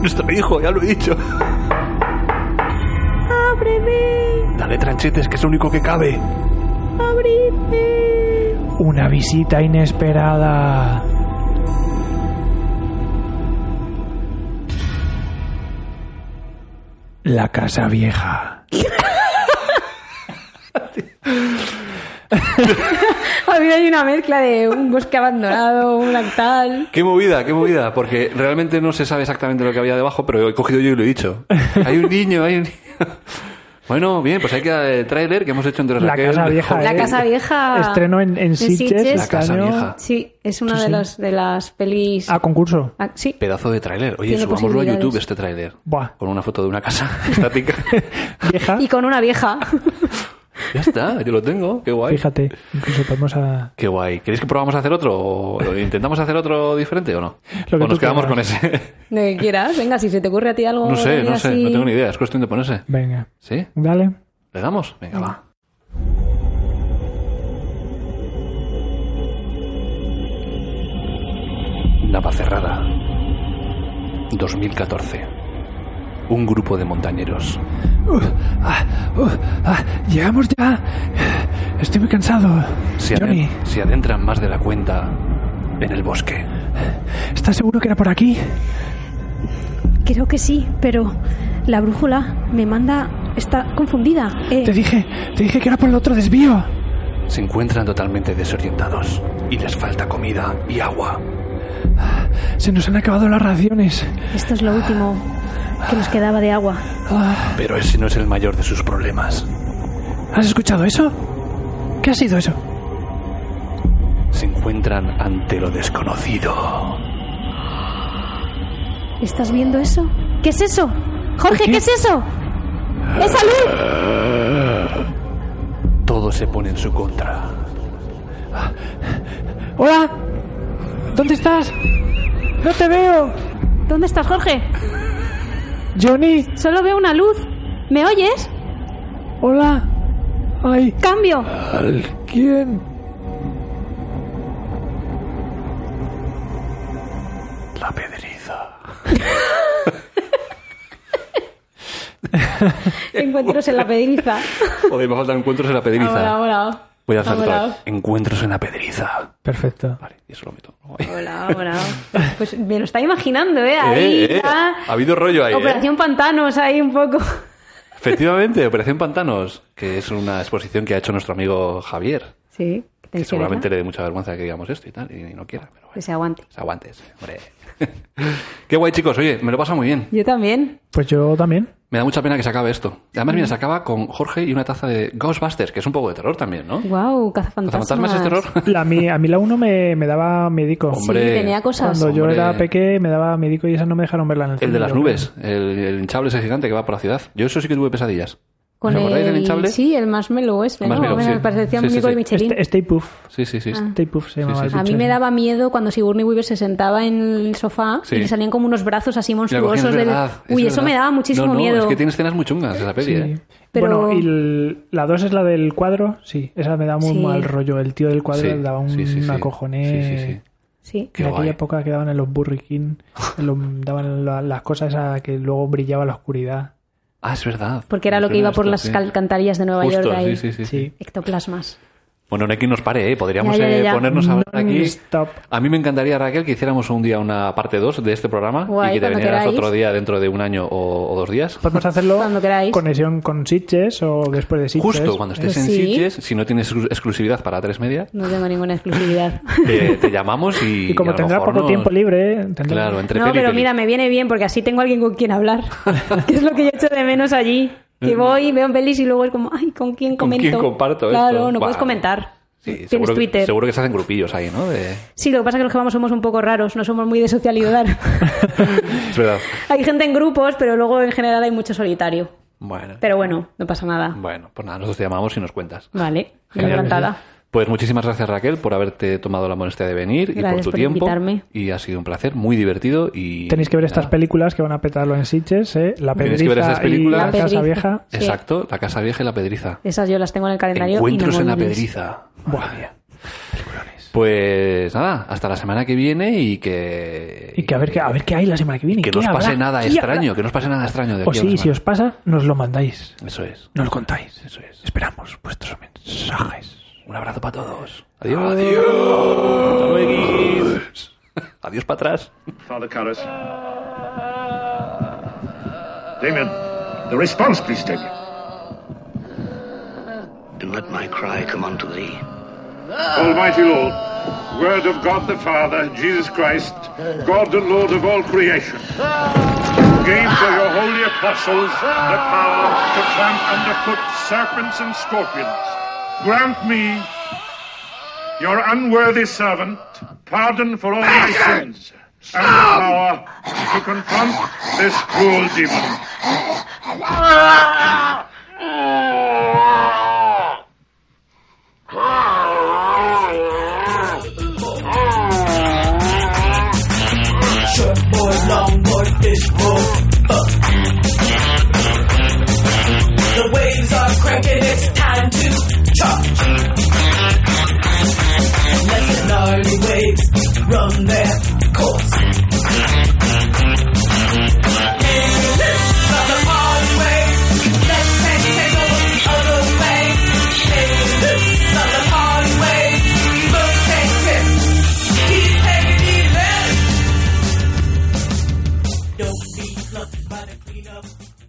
A: Nuestro hijo, ya lo he dicho.
K: Dale tranchetes, que es lo único que cabe.
B: Una visita inesperada. La casa vieja.
C: A mí hay una mezcla de un bosque abandonado, un lactal.
A: Qué movida, qué movida, porque realmente no se sabe exactamente lo que había debajo, pero he cogido yo y lo he dicho. Hay un niño, hay un niño. Bueno, bien, pues hay que dar el tráiler que hemos hecho entre
B: La
A: Raquel.
B: Casa Vieja,
A: Jorge.
B: eh.
C: La Casa Vieja.
B: Estreno en- en Sitges, este
A: La Casa
B: Caño.
A: Vieja.
C: Sí, es una
B: Sí,
C: de,
B: sí.
C: las, de las pelis.
B: A concurso.
C: Ah, sí,
A: Pedazo de tráiler. Oye,
C: Tiene
A: subámoslo a
C: posibilidades.
A: YouTube este tráiler.
B: Buah.
A: Con una foto de una casa estática.
B: Vieja.
C: y con una vieja.
A: ya está, yo lo tengo. Qué guay.
B: Fíjate, incluso podemos ah, a.
A: Qué guay. ¿Queréis que probamos a hacer otro? ¿O intentamos hacer otro diferente o no?
B: Lo que
A: o nos
B: tú
A: quedamos
B: quieras.
A: con ese.
C: De que quieras. Venga, si se te ocurre a ti algo.
A: no sé,
C: ahí
A: no sé,
C: así.
A: no tengo ni idea. Es cuestión de ponerse.
B: Venga,
A: ¿Sí?
B: dale.
A: ¿Le damos? Venga, va. Navacerrada, 2014. Un grupo de montañeros.
B: Oh, ah, Llegamos ya. Estoy muy cansado.
A: Se, aden-
B: Johnny,
A: se adentran más de la cuenta en el bosque.
B: ¿estás seguro que era por aquí?
C: Creo que sí, pero la brújula me manda. Está confundida. Eh,
B: Te dije, te dije que era por el otro desvío.
A: Se encuentran totalmente desorientados y les falta comida y agua.
B: Se nos han acabado las raciones.
C: Esto es lo último que nos quedaba de agua.
A: Pero ese no es el mayor de sus problemas.
B: ¿Has escuchado eso? ¿Qué ha sido eso?
A: Se encuentran ante lo desconocido.
C: ¿Estás viendo eso? ¿Qué es eso? Jorge,
B: ¿Qué?
C: ¿qué, es eso? ¡Esa luz!
A: Todo se pone en su contra.
B: ¡Hola! ¿Dónde estás? ¡No te veo!
C: ¿Dónde estás, Jorge?
B: ¡Johnny!
C: Solo veo una luz. ¿Me oyes?
B: ¡Hola! ¡Ay!
C: ¡Cambio!
B: ¿Quién?
A: La pedriza.
C: Encuentros en la pedriza.
A: Joder, me falta encuentros en la pedriza.
C: Hola, hola.
A: Voy a hacer
C: Hola,
A: otra
C: hola.
A: vez. Encuentros en la pedriza.
B: Perfecto.
A: Vale, y eso lo meto. Eh,
C: Hola, hola. Pues me lo está imaginando, ¿eh? Ahí,
A: Eh, eh,
C: ya.
A: Ha habido rollo ahí. ¿eh?
C: Operación Pantanos, ahí un poco.
A: Efectivamente, Operación Pantanos, que es una exposición que ha hecho nuestro amigo Javier.
C: Sí,
A: Que
C: que tenéis que verla.
A: seguramente le dé mucha vergüenza que digamos esto y tal, y no quiera. Pero bueno,
C: Que se aguante.
A: se aguante, sí, Pues hombre. Qué guay, chicos. Oye, me lo pasa muy bien.
C: Yo también.
B: Pues yo también.
A: Me da mucha pena que se acabe esto. Además, mira, se acaba con Jorge y una taza de Ghostbusters, que es un poco de terror también, ¿no?
C: Wow, cazafantasmas.
A: ¿Cazafantasmas es este terror?
B: La, mi- a mí la 1 me, me daba médico.
A: Hombre,
C: Sí, tenía cosas.
B: Cuando yo
A: hombre.
B: era peque me daba médico y esas no me dejaron verla en el
A: El
B: cine,
A: de las
B: yo creo.
A: nubes, el, el hinchable ese gigante que va por la ciudad. Yo eso sí que tuve pesadillas.
C: Con
A: ¿Os acordáis del hinchable?
C: Sí, el marshmallow este,
A: El
C: ¿no?
A: marshmallow,
C: Bueno,
A: sí.
C: parecía
A: Sí,
C: un
A: sí,
C: muñeco
A: sí.
C: de Michelin.
B: Este- Stay Puff.
A: Sí, sí, sí.
C: Ah.
B: Stay Puff se llamaba
A: sí,
B: el
A: sí.
B: bicho
C: A mí
B: ese.
C: me daba miedo cuando Sigourney Weaver se sentaba en el sofá
A: Sí.
C: y le salían como unos brazos
A: Y
C: así
A: la cogí, es
C: monstruosos. del...
A: verdad, es
C: Uy, eso
A: verdad.
C: me daba muchísimo
A: No, no,
C: miedo.
A: Es que tiene escenas muy chungas esa peli,
B: Sí.
A: ¿eh?
C: Pero-
B: Bueno, y el- la 2 es la del cuadro, sí, esa me da muy
C: Sí.
B: mal rollo. El tío del cuadro
A: Sí,
B: le daba un
A: sí, sí, sí.
B: acojoné.
A: Sí, sí, sí.
C: Sí.
A: Qué
B: en
A: guay.
B: aquella época quedaban en los burriquín, en los- daban la- las cosas esas que luego brillaba la oscuridad.
A: Ah, es verdad.
C: Porque era lo que
A: Funciona
C: iba por
A: esto,
C: las
A: sí.
C: alcantarillas de Nueva
A: Justo,
C: York ahí.
A: sí, sí, sí.
B: Sí.
C: Ectoplasmas.
A: Bueno, no hay quien nos pare, ¿eh? Podríamos
C: Ya, ya, ya,
A: eh,
C: ya. Mm.
A: ponernos a hablar aquí.
B: Stop.
A: A mí me encantaría, Raquel, que hiciéramos un día una parte 2 de este programa
C: Guay,
A: y que te
C: cuando
A: vinieras
C: queráis.
A: otro día dentro de un año o, o dos días.
B: Podemos hacerlo
C: Cuando queráis.
B: conexión con Sitges o después de Sitges.
A: Justo cuando estés en
C: Pues Sí.
A: Sitges, si no tienes exclu- exclusividad para tres media,
C: No tengo ninguna exclusividad.
A: te, te llamamos y.
B: Y como
A: a lo
B: tendrá
A: mejor
B: poco
A: nos-
B: tiempo libre, tendrá-
A: Claro, entre
C: no,
A: peli y
C: pero
A: peli.
C: mira, me viene bien porque así tengo alguien con quien hablar. que es lo que yo echo de menos allí. Que voy, veo pelis y luego es como, ay, ¿con quién
A: Mm. ¿Con
C: comento?
A: quién comparto
C: Claro,
A: esto?
C: no
A: Buah.
C: puedes comentar.
A: Sí,
C: Tienes
A: seguro, que-
C: Twitter.
A: seguro que se hacen grupillos ahí, ¿no? De-
C: Sí, lo que pasa es que los que vamos somos un poco raros, no somos muy de socialidad.
A: Es verdad.
C: hay gente en grupos, pero luego en general hay mucho solitario.
A: Bueno.
C: Pero bueno, no pasa nada.
A: Bueno, pues nada, nosotros te llamamos y nos cuentas.
C: Vale,
A: Genial.
C: encantada.
A: Pues muchísimas gracias Raquel por haberte tomado la molestia de venir y por
C: Gracias
A: tu
C: por
A: tiempo.
C: invitarme.
A: Y ha sido un placer, muy divertido y
B: Tenéis que ver estas
A: nada.
B: películas que van a petarlo en Sitges, ¿eh? La
A: Tenéis
B: Pedriza
A: que ver esas películas. La
B: y La Casa
C: Pedriza.
B: Vieja.
C: Sí.
A: Exacto, la casa vieja y la pedriza.
C: Esas yo las tengo en el calendario.
A: Encuentros en la
C: inamovibles.
A: pedriza. Madre mía. Peliculones. Pues nada, hasta la semana que viene y que.
B: Y que a ver, qué- a ver qué hay la semana que viene.
A: que
B: ¿Qué
A: no os pase
B: habrá?
A: nada
B: ¿Qué
A: extraño,
B: habrá?
A: que no os pase nada extraño de
B: O
A: aquí a una
B: sí, si
A: semana.
B: os pasa, nos lo mandáis.
A: Eso es.
B: Nos lo contáis.
A: Eso es.
B: Esperamos vuestros mensajes.
A: Un abrazo para todos. Adiós. Adiós. Adiós para atrás.
I: Father Karras. Damien, the response, please, Damien.
H: And let my cry come unto thee.
I: Almighty Lord, Word of God the Father, Jesus Christ, God and Lord of all creation, gave to your holy apostles the power to tramp underfoot serpents and scorpions. Grant me, your unworthy servant, pardon for all my sins and the power to confront this cruel demon.
D: Short board, long board, fish roll up. The waves are cranking, it's time to charge. Let the gnarly waves run their course. From the party waves, let's take take over the other way. From the party waves, must take it. Keep taking it. Don't be clucked by the cleanup.